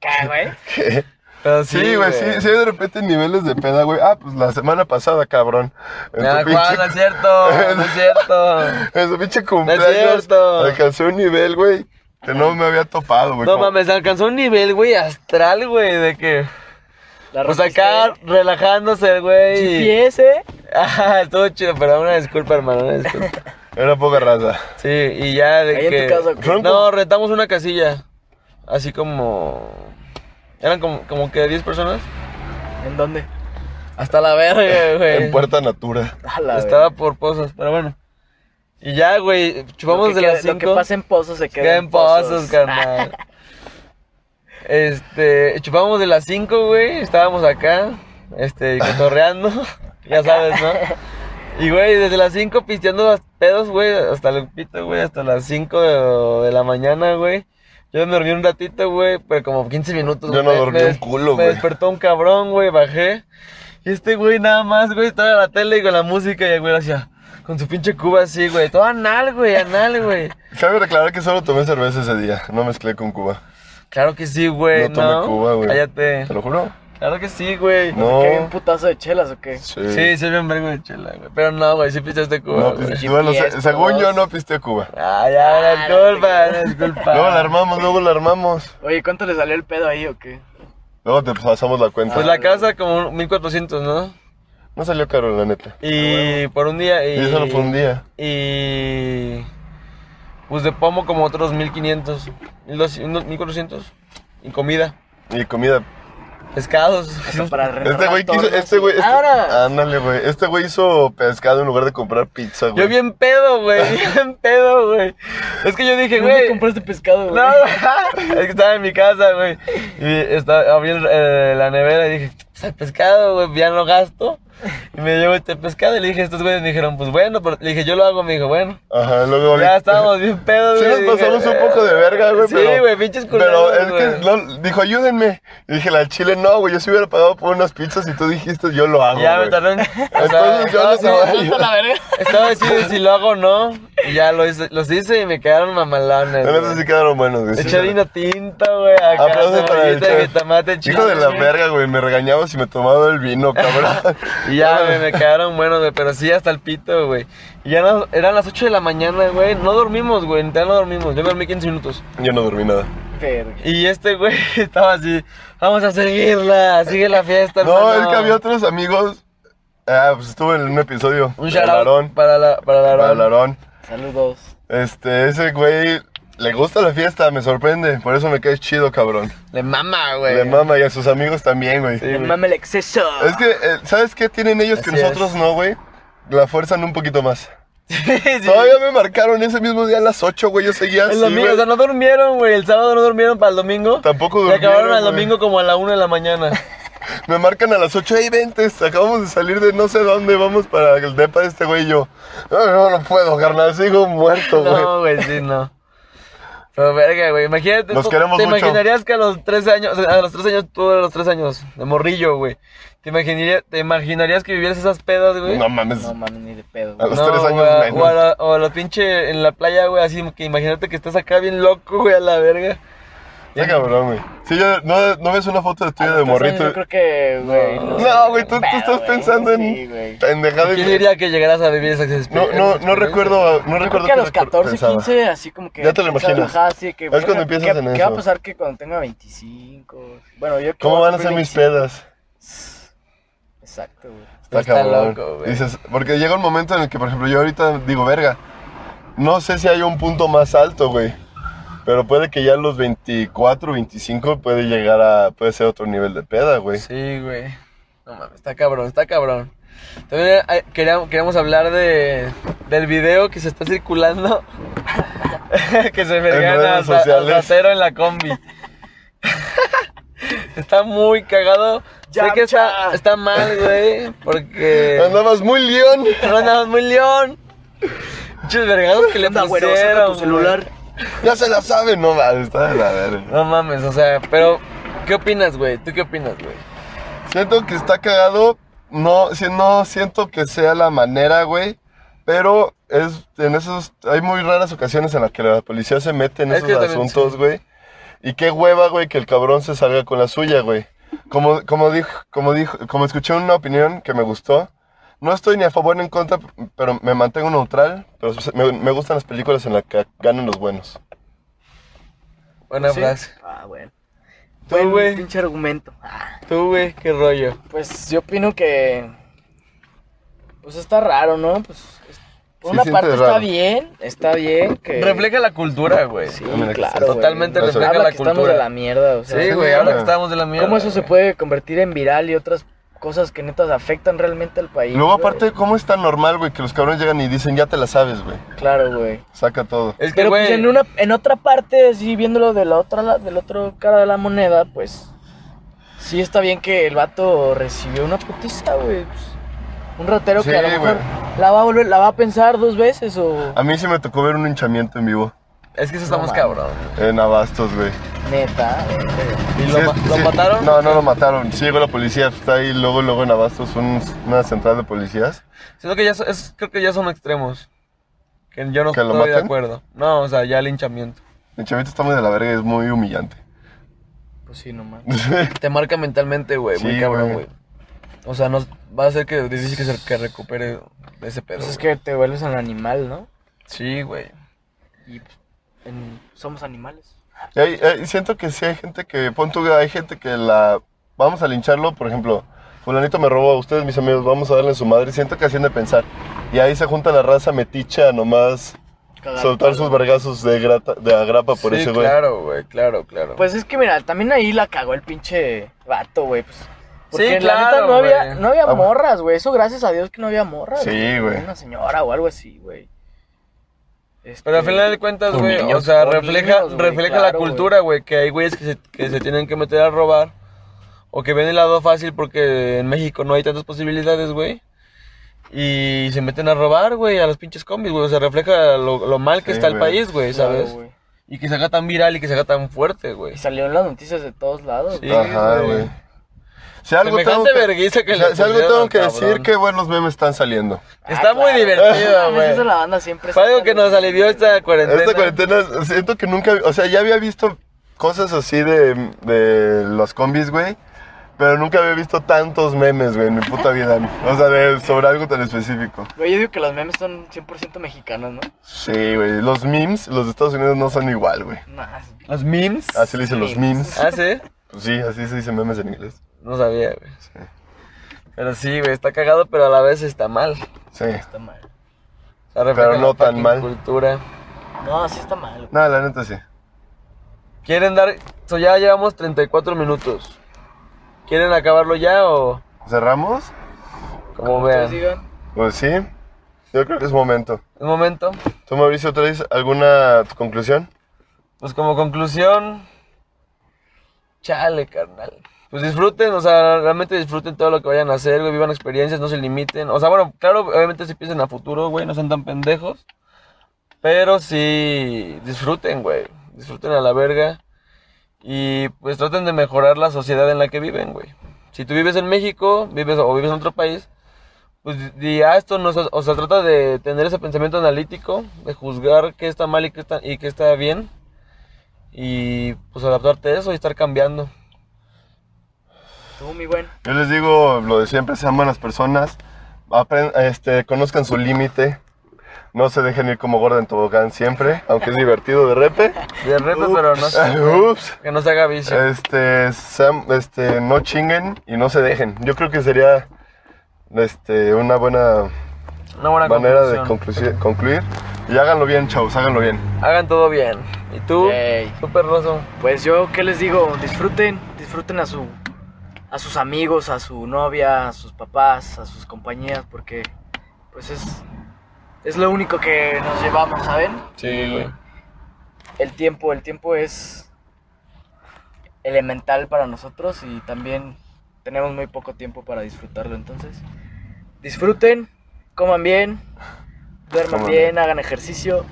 [SPEAKER 3] ¿Qué, güey?
[SPEAKER 1] ¿Qué?
[SPEAKER 2] Pero
[SPEAKER 1] Sí, güey, sí, sí, hay de repente niveles de peda, güey. Ah, pues la semana pasada, cabrón. En
[SPEAKER 2] Ah,
[SPEAKER 1] tu
[SPEAKER 2] Juan, no es cierto, no es cierto.
[SPEAKER 1] En su pinche
[SPEAKER 2] No es
[SPEAKER 1] cumpleaños.
[SPEAKER 2] cierto.
[SPEAKER 1] Alcancé un nivel, güey, que no me había topado, güey.
[SPEAKER 2] No
[SPEAKER 1] como-
[SPEAKER 2] mames, alcanzó un nivel, güey, astral, güey, de que.
[SPEAKER 3] La
[SPEAKER 2] Pues acá
[SPEAKER 3] rompiste.
[SPEAKER 2] relajándose, güey. y-
[SPEAKER 3] GPS.
[SPEAKER 2] Ah, estuvo chido, pero una disculpa, hermano, una disculpa.
[SPEAKER 1] Era poca raza.
[SPEAKER 2] Sí, y ya de
[SPEAKER 3] Ahí en
[SPEAKER 2] que...
[SPEAKER 3] tu casa, güey.
[SPEAKER 1] Son como-
[SPEAKER 2] No, rentamos una casilla. Así como... Eran como, como que 10 personas.
[SPEAKER 3] ¿En dónde?
[SPEAKER 2] Hasta la verga,
[SPEAKER 1] En
[SPEAKER 2] güey.
[SPEAKER 1] Puerta Natura.
[SPEAKER 3] A la
[SPEAKER 2] Estaba por pozos, pero bueno. Y ya, güey,
[SPEAKER 3] Lo
[SPEAKER 2] chupamos
[SPEAKER 3] que
[SPEAKER 2] de
[SPEAKER 3] queda-
[SPEAKER 2] las 5.
[SPEAKER 3] Lo que pasa en pozos se queda,
[SPEAKER 2] Queda en pozos, carnal. Este, chupamos de las 5, güey. Estábamos acá, este, cotorreando. ya sabes, ¿no? Y, güey, desde las 5 pisteando los pedos, güey, hasta el pito, güey, hasta las 5 de, de la mañana, güey. Yo me dormí un ratito, güey, pero como 15 minutos.
[SPEAKER 1] Yo
[SPEAKER 2] güey,
[SPEAKER 1] no
[SPEAKER 2] me-
[SPEAKER 1] dormí
[SPEAKER 2] me
[SPEAKER 1] un
[SPEAKER 2] des-
[SPEAKER 1] culo,
[SPEAKER 2] Me
[SPEAKER 1] güey.
[SPEAKER 2] despertó un cabrón, güey, bajé. Y este güey nada más, güey, estaba en la tele y con la música y el güey hacía con su pinche cuba así, güey. Todo anal, güey, anal, güey.
[SPEAKER 1] Cabe reclarar que solo tomé cerveza ese día. No mezclé con Cuba.
[SPEAKER 2] Claro que sí, güey.
[SPEAKER 1] No tomé Cuba, güey.
[SPEAKER 2] Cállate.
[SPEAKER 1] ¿Te lo juro?
[SPEAKER 2] Claro que sí, güey.
[SPEAKER 1] No.
[SPEAKER 3] ¿Qué, un putazo de chelas o qué?
[SPEAKER 1] Sí.
[SPEAKER 2] Sí, sí, bien vergo de chela, güey. Pero no, güey, sí pichaste Cuba,
[SPEAKER 1] No, pues,
[SPEAKER 2] güey.
[SPEAKER 1] piste- bueno, se-
[SPEAKER 3] GPS,
[SPEAKER 1] según yo
[SPEAKER 3] todos.
[SPEAKER 1] no pisté Cuba.
[SPEAKER 2] Ay, ahora
[SPEAKER 3] Ah,
[SPEAKER 2] disculpa, ahora disculpa.
[SPEAKER 1] Luego la armamos, luego la armamos.
[SPEAKER 3] Oye, ¿cuánto le salió el pedo ahí o qué?
[SPEAKER 1] Luego te pasamos la cuenta.
[SPEAKER 2] Pues la casa como un 1400, ¿no?
[SPEAKER 1] No salió caro, la neta.
[SPEAKER 2] Y por un día y...
[SPEAKER 1] Ah, Y eso no fue un día.
[SPEAKER 2] Y... Pues de pomo como otros 1500, 1200, 1400. Y comida,
[SPEAKER 1] Y comida.
[SPEAKER 2] pescados.
[SPEAKER 3] Hasta para
[SPEAKER 1] Este güey quiso. Este güey. Este,
[SPEAKER 3] Ahora.
[SPEAKER 1] ándale, güey. Este güey hizo pescado en lugar de comprar pizza, güey.
[SPEAKER 2] Yo bien pedo, güey, bien pedo, güey. Es que yo dije,
[SPEAKER 3] ¿Dónde
[SPEAKER 2] güey...
[SPEAKER 3] compraste pescado, güey?
[SPEAKER 2] No, güey, es que estaba en mi casa, güey. Y estaba, abrí el- eh, la nevera y dije, pues hay pescado, güey, ya no gasto. Y me llevo este pescado y le dije, estos güeyes me dijeron, pues bueno, pero le dije, yo lo hago, me dijo, bueno.
[SPEAKER 1] Ajá, luego.
[SPEAKER 2] Ya estábamos bien pedos,
[SPEAKER 1] Sí,
[SPEAKER 2] güey.
[SPEAKER 1] nos
[SPEAKER 2] Dije,
[SPEAKER 1] pasamos un poco de verga, güey.
[SPEAKER 2] Sí,
[SPEAKER 1] pero-
[SPEAKER 2] güey, pinches
[SPEAKER 1] Pero
[SPEAKER 2] culeros,
[SPEAKER 1] es que
[SPEAKER 2] güey.
[SPEAKER 1] no, dijo, ayúdenme. Y dije, la chile, no, güey. Yo sí hubiera pagado por unas pizzas y tú dijiste, yo lo hago.
[SPEAKER 2] Ya me
[SPEAKER 1] güey.
[SPEAKER 2] tardé en- o sea,
[SPEAKER 1] Entonces yo
[SPEAKER 2] estaba
[SPEAKER 1] les voy a
[SPEAKER 2] así-
[SPEAKER 1] ayudar.
[SPEAKER 2] Estaba decidido si lo hago o no. Y ya lo hice, los hice y me quedaron mamalones.
[SPEAKER 1] Pero
[SPEAKER 2] güey.
[SPEAKER 1] esos sí quedaron buenos, güey. sí,
[SPEAKER 2] Eché
[SPEAKER 1] sí.
[SPEAKER 2] vino tinta, güey. Acá,
[SPEAKER 1] Aplausos para el
[SPEAKER 2] cebollita de
[SPEAKER 1] chef.
[SPEAKER 2] jitomate
[SPEAKER 1] Hijo de
[SPEAKER 2] chile,
[SPEAKER 1] la
[SPEAKER 2] güey.
[SPEAKER 1] verga, güey. Me regañaba si me tomaba el vino, cabrón.
[SPEAKER 2] Y ya,
[SPEAKER 1] Bueno,
[SPEAKER 2] güey, me quedaron buenos, güey, pero sí hasta el pito, güey. Y ya no- eran las 8 de la mañana, güey. No dormimos, güey, literal no dormimos. Yo me dormí 15 minutos.
[SPEAKER 1] Yo no dormí nada.
[SPEAKER 3] Verga.
[SPEAKER 2] Y este güey estaba así, vamos a seguirla, sigue la fiesta,
[SPEAKER 1] No,
[SPEAKER 2] hermano".
[SPEAKER 1] es que había otros amigos. Ah, pues estuve en un episodio.
[SPEAKER 2] Un
[SPEAKER 1] de
[SPEAKER 2] shoutout
[SPEAKER 1] Larón.
[SPEAKER 2] para la para la
[SPEAKER 1] Para Larón.
[SPEAKER 3] Saludos.
[SPEAKER 1] Este, ese güey le gusta la fiesta, me sorprende. Por eso me caes chido, cabrón.
[SPEAKER 2] Le mama, güey.
[SPEAKER 1] Le mama y a sus amigos también, güey.
[SPEAKER 2] Sí,
[SPEAKER 3] Me
[SPEAKER 2] güey.
[SPEAKER 3] mame el exceso.
[SPEAKER 1] Es que, eh, ¿sabes qué tienen ellos que
[SPEAKER 2] Así
[SPEAKER 1] nosotros
[SPEAKER 2] es.
[SPEAKER 1] no, güey? La fuerzan un poquito más.
[SPEAKER 2] Sí, sí.
[SPEAKER 1] Todavía me marcaron ese mismo día a las 8, güey. Yo seguía así,
[SPEAKER 2] El domingo,
[SPEAKER 1] güey.
[SPEAKER 2] o sea, no durmieron, güey. El sábado no durmieron para el domingo.
[SPEAKER 1] Tampoco
[SPEAKER 2] Y acabaron
[SPEAKER 1] durmieron,
[SPEAKER 2] al
[SPEAKER 1] güey.
[SPEAKER 2] domingo como a la 1 de la mañana.
[SPEAKER 1] Me marcan a las 8, hey, ventes, acabamos de salir de no sé dónde, vamos para el depa de este güey y yo. No, no, no puedo, carnal, sigo muerto, güey.
[SPEAKER 2] No, güey, sí, no. Pero verga, güey, imagínate.
[SPEAKER 1] Los
[SPEAKER 2] tú-
[SPEAKER 1] queremos
[SPEAKER 2] ¿Te
[SPEAKER 1] mucho.
[SPEAKER 2] imaginarías que a los 13 años, o sea, a los 13 años, tú a los 3 años, de morrillo, güey? ¿Te, imaginaría- ¿Te imaginarías que vivieras esas pedas, güey?
[SPEAKER 1] No mames,
[SPEAKER 3] No mames, ni de pedo.
[SPEAKER 1] a
[SPEAKER 3] güey.
[SPEAKER 1] los
[SPEAKER 2] No,
[SPEAKER 1] 3 años
[SPEAKER 2] güey, a-
[SPEAKER 1] menos.
[SPEAKER 2] O a, la, o a la pinche en la playa, güey, así que imagínate que estás acá bien loco, güey, a la verga.
[SPEAKER 1] Está cabrón, güey. Sí, yo, ¿no, ¿no ves una foto de
[SPEAKER 3] A
[SPEAKER 1] tuya
[SPEAKER 2] Ah,
[SPEAKER 3] los
[SPEAKER 1] de
[SPEAKER 3] tres años Yo
[SPEAKER 1] morrito?
[SPEAKER 3] creo que, güey.
[SPEAKER 2] No.
[SPEAKER 3] los-
[SPEAKER 1] No, güey, tú, tú
[SPEAKER 3] pedo,
[SPEAKER 1] estás
[SPEAKER 3] güey.
[SPEAKER 1] pensando
[SPEAKER 3] Sí,
[SPEAKER 1] en
[SPEAKER 3] güey.
[SPEAKER 1] pendejada.
[SPEAKER 2] ¿Quién diría que llegaras a vivir esas experiencias?
[SPEAKER 1] No, no, no recuerdo, no
[SPEAKER 3] Yo
[SPEAKER 1] recuerdo
[SPEAKER 3] creo que a
[SPEAKER 1] qué
[SPEAKER 3] los
[SPEAKER 1] recu-
[SPEAKER 3] 14,
[SPEAKER 1] pensaba.
[SPEAKER 3] 15, así como que.
[SPEAKER 1] Ya te lo
[SPEAKER 3] empiezas a
[SPEAKER 1] imaginas.
[SPEAKER 3] bajar, así que,
[SPEAKER 1] Es cuando empiezas
[SPEAKER 3] ¿qué,
[SPEAKER 1] en
[SPEAKER 3] ¿Qué va a
[SPEAKER 1] eso?
[SPEAKER 3] pasar que cuando tenga 25? Bueno, yo. que
[SPEAKER 1] ¿Cómo
[SPEAKER 3] voy
[SPEAKER 1] van a ser
[SPEAKER 3] cumplir
[SPEAKER 1] mis pedas?
[SPEAKER 3] 26. Exacto, güey.
[SPEAKER 1] Está,
[SPEAKER 2] Está
[SPEAKER 1] cabrón.
[SPEAKER 2] loco, güey.
[SPEAKER 1] Dices, porque llega un momento en el que, por ejemplo, yo ahorita digo, verga, no sé si hay un punto más alto, güey. Pero puede que ya a los 24, 25 puede llegar a, puede ser otro nivel de peda, güey.
[SPEAKER 2] Sí, güey. No mames, está cabrón, está cabrón. También eh, quería- queríamos hablar de, del video que se está circulando que se vergan
[SPEAKER 1] redes
[SPEAKER 2] hasta,
[SPEAKER 1] sociales.
[SPEAKER 2] hasta cero en la combi. está muy cagado. sé que está,
[SPEAKER 3] Yamcha.
[SPEAKER 2] está mal, güey, porque...
[SPEAKER 1] Andabas muy león.
[SPEAKER 2] No andabas muy león. Muchos vergados que le
[SPEAKER 3] Anda, güero,
[SPEAKER 2] pusieron.
[SPEAKER 3] saca tu
[SPEAKER 2] güey.
[SPEAKER 3] celular.
[SPEAKER 1] Ya se la sabe, no mames, está de la verga.
[SPEAKER 2] No mames, o sea, pero... ¿Qué opinas, güey? ¿Tú qué opinas, güey?
[SPEAKER 1] Siento que está cagado. No, si- no siento que sea la manera, güey. Pero es, en esos, hay muy raras ocasiones en las que la policía se mete en
[SPEAKER 2] Es
[SPEAKER 1] esos
[SPEAKER 2] que también,
[SPEAKER 1] asuntos, güey. Y qué hueva, güey, que el cabrón se salga con la suya, güey. Como, como dijo, como dijo, como escuché una opinión que me gustó. No estoy ni a favor ni en contra, pero me mantengo neutral. Pero se- me, me gustan las películas en las que ganan los buenos.
[SPEAKER 2] Buena
[SPEAKER 3] ¿Sí?
[SPEAKER 2] frase.
[SPEAKER 3] Ah, bueno.
[SPEAKER 2] Tú,
[SPEAKER 3] Buen
[SPEAKER 2] güey.
[SPEAKER 3] Pinche argumento. Ah,
[SPEAKER 2] Tú, güey, qué rollo.
[SPEAKER 3] pues yo opino que. Pues está raro, ¿no? Pues. es- Por
[SPEAKER 1] Sí,
[SPEAKER 3] una
[SPEAKER 1] siente
[SPEAKER 3] parte está
[SPEAKER 1] raro.
[SPEAKER 3] bien, está bien que. pues,
[SPEAKER 2] Refleja la cultura, güey.
[SPEAKER 3] Sí,
[SPEAKER 1] Ah, mira,
[SPEAKER 3] claro.
[SPEAKER 1] exacto.
[SPEAKER 3] güey.
[SPEAKER 2] Totalmente
[SPEAKER 1] Eso.
[SPEAKER 2] refleja
[SPEAKER 3] Habla
[SPEAKER 2] la
[SPEAKER 3] que estamos
[SPEAKER 2] cultura.
[SPEAKER 3] de la mierda, o sea.
[SPEAKER 2] Sí,
[SPEAKER 1] Sí,
[SPEAKER 2] güey, ahora
[SPEAKER 1] güey.
[SPEAKER 2] que estábamos de la mierda.
[SPEAKER 3] ¿Cómo eso se
[SPEAKER 2] güey.
[SPEAKER 3] puede convertir en viral y otras cosas que netas afectan realmente al país?
[SPEAKER 1] Luego,
[SPEAKER 3] güey?
[SPEAKER 1] aparte, ¿cómo es tan normal, güey, que los cabrones llegan y dicen, ya te la sabes, güey?
[SPEAKER 3] Claro, güey.
[SPEAKER 1] Saca todo.
[SPEAKER 2] Es que,
[SPEAKER 3] Pero
[SPEAKER 2] güey.
[SPEAKER 3] pues en una en otra parte, así viéndolo de la otra la- del otro cara de la moneda, pues sí está bien que el vato recibió una putiza, güey. pues, un ratero que a lo
[SPEAKER 1] Sí,
[SPEAKER 3] mejor
[SPEAKER 1] güey. Ah.
[SPEAKER 3] la va a volver, la va a pensar dos veces o
[SPEAKER 1] A mí sí me tocó ver un hinchamiento en vivo
[SPEAKER 2] Es que eso está
[SPEAKER 3] No
[SPEAKER 2] más
[SPEAKER 3] mames.
[SPEAKER 2] cabrón. güey.
[SPEAKER 1] en Abastos, güey.
[SPEAKER 3] neta.
[SPEAKER 2] ¿Y lo,
[SPEAKER 1] Sí,
[SPEAKER 2] ma- lo
[SPEAKER 1] sí.
[SPEAKER 2] mataron?
[SPEAKER 1] No, no lo mataron. Sí llegó la policía, está ahí luego, luego en Abastos, un- una central de policías.
[SPEAKER 2] Siento que ya so- es- creo que ya son extremos. Que yo no
[SPEAKER 1] ¿Que lo
[SPEAKER 2] estoy de
[SPEAKER 1] maten?
[SPEAKER 2] acuerdo. No, o sea, ya el hinchamiento.
[SPEAKER 1] El hinchamiento está muy de la verga y es muy humillante.
[SPEAKER 3] Pues sí, no mames.
[SPEAKER 2] Te marca mentalmente, güey. muy
[SPEAKER 1] Sí,
[SPEAKER 2] cabrón,
[SPEAKER 1] güey.
[SPEAKER 2] güey. O sea, no, va a ser que difícil que, se, que recupere de ese pedo.
[SPEAKER 3] Pues es
[SPEAKER 2] güey.
[SPEAKER 3] que te vuelves un animal, ¿no?
[SPEAKER 2] Sí, güey.
[SPEAKER 3] Y pues, en- somos animales.
[SPEAKER 1] Y hay- hay- siento que sí hay gente que, pon tú, hay gente que la... Vamos a lincharlo, por ejemplo, fulanito me robó a ustedes, mis amigos, vamos a darle a su madre. Siento que hacían de pensar. Y ahí se junta la raza meticha a nomás
[SPEAKER 3] Cagar
[SPEAKER 1] soltar
[SPEAKER 3] palo.
[SPEAKER 1] sus vergazos de, grata- de agrapa por
[SPEAKER 2] sí,
[SPEAKER 1] ese güey.
[SPEAKER 2] claro, güey, claro, claro.
[SPEAKER 3] Pues es que mira, también ahí la cagó el pinche vato, güey. Pues,
[SPEAKER 2] Sí,
[SPEAKER 3] porque la
[SPEAKER 2] claro,
[SPEAKER 3] neta no había,
[SPEAKER 2] güey.
[SPEAKER 3] no había
[SPEAKER 1] Ah, bueno.
[SPEAKER 3] morras, güey. Eso gracias a Dios que no había morras.
[SPEAKER 1] Sí, güey.
[SPEAKER 3] Una señora o algo así, güey. Este,
[SPEAKER 2] Pero al final de cuentas,
[SPEAKER 3] o
[SPEAKER 2] güey, o
[SPEAKER 3] niños,
[SPEAKER 2] sea,
[SPEAKER 3] o
[SPEAKER 2] refleja,
[SPEAKER 3] niños, güey,
[SPEAKER 2] refleja la
[SPEAKER 3] claro,
[SPEAKER 2] cultura, güey, que hay güeyes que se, que se tienen que meter a robar o que ven el lado fácil porque en México no hay tantas posibilidades, güey. Y se meten a robar, güey, a los pinches combis, güey. O sea, refleja lo, lo mal que
[SPEAKER 1] Sí,
[SPEAKER 2] está el
[SPEAKER 1] güey.
[SPEAKER 2] país, güey,
[SPEAKER 3] claro,
[SPEAKER 2] ¿sabes?
[SPEAKER 3] güey.
[SPEAKER 2] y que se haga tan viral y que se haga tan fuerte, güey.
[SPEAKER 3] Y salió en las noticias de todos lados.
[SPEAKER 2] Sí,
[SPEAKER 3] güey.
[SPEAKER 1] Ajá,
[SPEAKER 2] güey.
[SPEAKER 1] güey. Si algo tengo
[SPEAKER 2] Semejante
[SPEAKER 1] que,
[SPEAKER 2] vergüenza que
[SPEAKER 1] si-
[SPEAKER 2] le
[SPEAKER 1] si algo
[SPEAKER 2] pusieron
[SPEAKER 1] tengo
[SPEAKER 2] al
[SPEAKER 1] que
[SPEAKER 2] cabrón.
[SPEAKER 1] decir, qué buenos memes están saliendo.
[SPEAKER 2] Está muy divertido,
[SPEAKER 3] No mames, Ah, eso
[SPEAKER 2] güey.
[SPEAKER 3] la banda siempre
[SPEAKER 2] Fue algo
[SPEAKER 3] saca
[SPEAKER 2] que
[SPEAKER 3] los-
[SPEAKER 2] nos alivió esta cuarentena.
[SPEAKER 1] Esta cuarentena, siento que nunca, o sea, ya había visto cosas así de, de los combis, güey. Pero nunca había visto tantos memes, güey, en mi puta vida. O sea, de- sobre algo tan específico.
[SPEAKER 3] Güey, yo digo que los memes son 100% mexicanos, ¿no?
[SPEAKER 1] Sí, güey. Los memes, los de Estados Unidos no son igual, güey.
[SPEAKER 3] Nah,
[SPEAKER 2] Los memes.
[SPEAKER 1] Así le dicen los memes.
[SPEAKER 2] Ah, sí.
[SPEAKER 1] Pues sí, así se dicen memes en inglés.
[SPEAKER 2] No sabía, güey. Pero sí, güey, está cagado, pero a la vez está mal.
[SPEAKER 1] Sí.
[SPEAKER 3] está mal.
[SPEAKER 2] O sea, refleja
[SPEAKER 1] Pero no
[SPEAKER 2] la
[SPEAKER 1] tan
[SPEAKER 2] fucking
[SPEAKER 1] mal.
[SPEAKER 2] Cultura.
[SPEAKER 3] No, sí está mal. güey.
[SPEAKER 1] No, la neta sí.
[SPEAKER 2] ¿Quieren dar.? so, ya llevamos 34 minutos. ¿Quieren acabarlo ya o.?
[SPEAKER 1] ¿Cerramos?
[SPEAKER 2] Como vean. Es
[SPEAKER 3] Ustedes digan,
[SPEAKER 1] Pues sí. Yo creo que es momento.
[SPEAKER 2] momento.
[SPEAKER 1] ¿Tú, Mauricio, traes alguna conclusión?
[SPEAKER 2] Pues como conclusión, chale, carnal. Pues disfruten, o sea, realmente disfruten todo lo que vayan a hacer, güey, vivan experiencias, no se limiten. O sea, bueno, claro, obviamente si piensen a futuro, güey, no sean tan pendejos. Pero sí, disfruten, güey. Disfruten a la verga. Y pues traten de mejorar la sociedad en la que viven, güey. Si tú vives en México vives, o vives en otro país, pues di, ah, esto no es- o sea, trata de tener ese pensamiento analítico, de juzgar qué está mal y qué está, y qué está bien. Y pues adaptarte a eso y estar cambiando.
[SPEAKER 3] Tú, mi buen.
[SPEAKER 1] Yo les digo lo de siempre, sean buenas personas, apren- este, conozcan su límite, no se dejen ir como gorda en tobogán siempre, aunque es divertido de repe.
[SPEAKER 2] De reto, pero no se-
[SPEAKER 1] Ups.
[SPEAKER 2] que no se haga vicio.
[SPEAKER 1] Este, sean- este, no chinguen y no se dejen. Yo creo que sería este, una buena
[SPEAKER 2] Una buena
[SPEAKER 1] manera
[SPEAKER 2] conclusión.
[SPEAKER 1] de conclusi- concluir. Y háganlo bien, chavos, háganlo bien.
[SPEAKER 2] Hagan todo bien. ¿Y tú?
[SPEAKER 3] Yay.
[SPEAKER 2] Tú, perroso.
[SPEAKER 3] Pues yo, ¿qué les digo? Disfruten, disfruten a su a sus amigos, a su novia, a sus papás, a sus compañías, porque pues es es lo único que nos llevamos, ¿saben?
[SPEAKER 2] Sí, güey.
[SPEAKER 3] el tiempo, el tiempo es elemental para nosotros y también tenemos muy poco tiempo para disfrutarlo. Entonces, disfruten, coman bien, duerman
[SPEAKER 1] Coman
[SPEAKER 3] bien, hagan ejercicio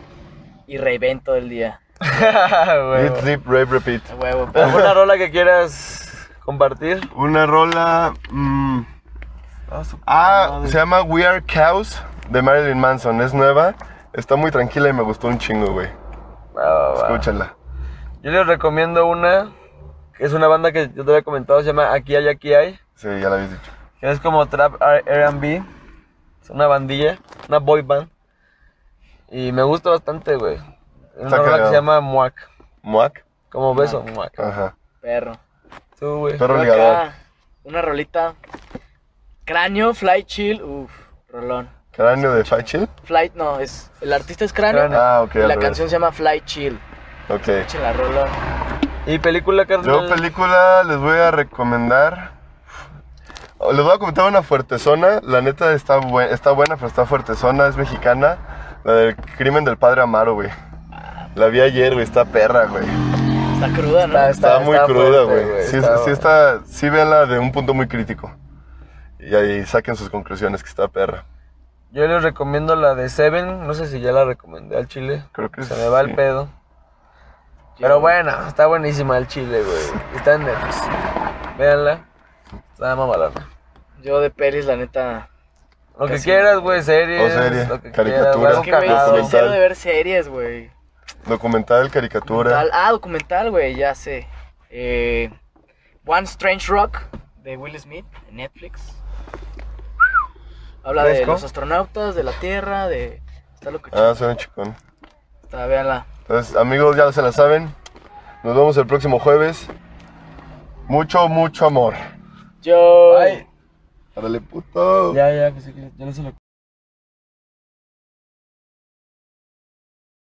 [SPEAKER 3] y reiven todo el día.
[SPEAKER 1] Eat,
[SPEAKER 2] Huevo.
[SPEAKER 1] sleep, rave, repeat.
[SPEAKER 3] A huevo, pero-
[SPEAKER 2] ¿Alguna rola que quieras compartir?
[SPEAKER 1] Una rola. mm,
[SPEAKER 2] Ah, su-
[SPEAKER 1] ah,
[SPEAKER 2] madre.
[SPEAKER 1] se llama We Are Cows de Marilyn Manson. Es nueva. Está muy tranquila y me gustó un chingo, güey.
[SPEAKER 2] Va, va, va.
[SPEAKER 1] Escúchala.
[SPEAKER 2] Yo les recomiendo una, que es una banda que yo te había comentado, se llama Aquí hay, aquí hay,
[SPEAKER 1] Sí, ya la habéis dicho.
[SPEAKER 2] que es como trap R- R&B, es una bandilla, una boy band, y me gusta bastante, güey. Es
[SPEAKER 1] Está
[SPEAKER 2] Una rola que
[SPEAKER 1] cagado.
[SPEAKER 2] se llama Muac,
[SPEAKER 1] Muac.
[SPEAKER 2] como beso, Muac.
[SPEAKER 1] Ajá.
[SPEAKER 3] perro.
[SPEAKER 2] Tú, güey.
[SPEAKER 1] Perro
[SPEAKER 3] Yo
[SPEAKER 1] ligador.
[SPEAKER 3] acá, Una rolita. Cráneo, Fly Chill, uff, rolón.
[SPEAKER 1] Cráneo de Fachil.
[SPEAKER 3] Flight no, es el artista es Cráneo.
[SPEAKER 2] Cráneo.
[SPEAKER 1] Ah, ok.
[SPEAKER 3] y
[SPEAKER 1] al
[SPEAKER 3] la
[SPEAKER 1] revés.
[SPEAKER 3] canción se llama Fly Chill.
[SPEAKER 1] Ok.
[SPEAKER 3] Echen la rolón.
[SPEAKER 2] ¿Y película,
[SPEAKER 1] Yo
[SPEAKER 2] carnal?
[SPEAKER 1] película les voy a recomendar. Les voy a comentar una fuertezona. La neta está, bue- está buena, pero está fuertezona. Es mexicana. La del crimen del padre Amaro, güey. La vi ayer, güey. Está perra, güey.
[SPEAKER 3] Está cruda, ¿no?
[SPEAKER 2] Está-
[SPEAKER 1] Está, muy
[SPEAKER 2] está
[SPEAKER 1] cruda,
[SPEAKER 2] fuerte,
[SPEAKER 1] güey.
[SPEAKER 2] güey,
[SPEAKER 1] Sí,
[SPEAKER 2] está-
[SPEAKER 1] sí está, sí véanla de un punto muy crítico. Y ahí saquen sus conclusiones, que está perra.
[SPEAKER 2] Yo les recomiendo la de Seven, no sé si ya la recomendé al chile,
[SPEAKER 1] Creo que
[SPEAKER 2] se me va
[SPEAKER 1] sí.
[SPEAKER 2] el pedo. Pero bueno, está buenísima el chile, güey. Está en Netflix. Véanla. Está mamalona.
[SPEAKER 3] Yo de Peris, la neta.
[SPEAKER 2] Lo que
[SPEAKER 3] Casi.
[SPEAKER 2] quieras, güey, series.
[SPEAKER 1] O serie,
[SPEAKER 2] lo que
[SPEAKER 1] caricaturas.
[SPEAKER 2] quieras,
[SPEAKER 3] Es
[SPEAKER 2] algo
[SPEAKER 3] que, güey,
[SPEAKER 2] cagado.
[SPEAKER 3] soy
[SPEAKER 1] documental.
[SPEAKER 3] cero de ver series, güey.
[SPEAKER 1] Documental, caricatura.
[SPEAKER 3] Documental- Ah, documental, güey, ya sé. Eh, One Strange Rock de Will Smith en Netflix. Habla de
[SPEAKER 2] ¿Fresco?
[SPEAKER 3] los astronautas, de la Tierra, de. Está loco,
[SPEAKER 1] Ah, suena chicón.
[SPEAKER 3] Está, véanla.
[SPEAKER 1] Entonces, amigos, ya se la saben. Nos vemos el próximo jueves. Mucho, mucho amor.
[SPEAKER 3] Yo.
[SPEAKER 2] Ay,
[SPEAKER 1] Árale, puto.
[SPEAKER 2] Ya, ya, que sí, que yo no se lo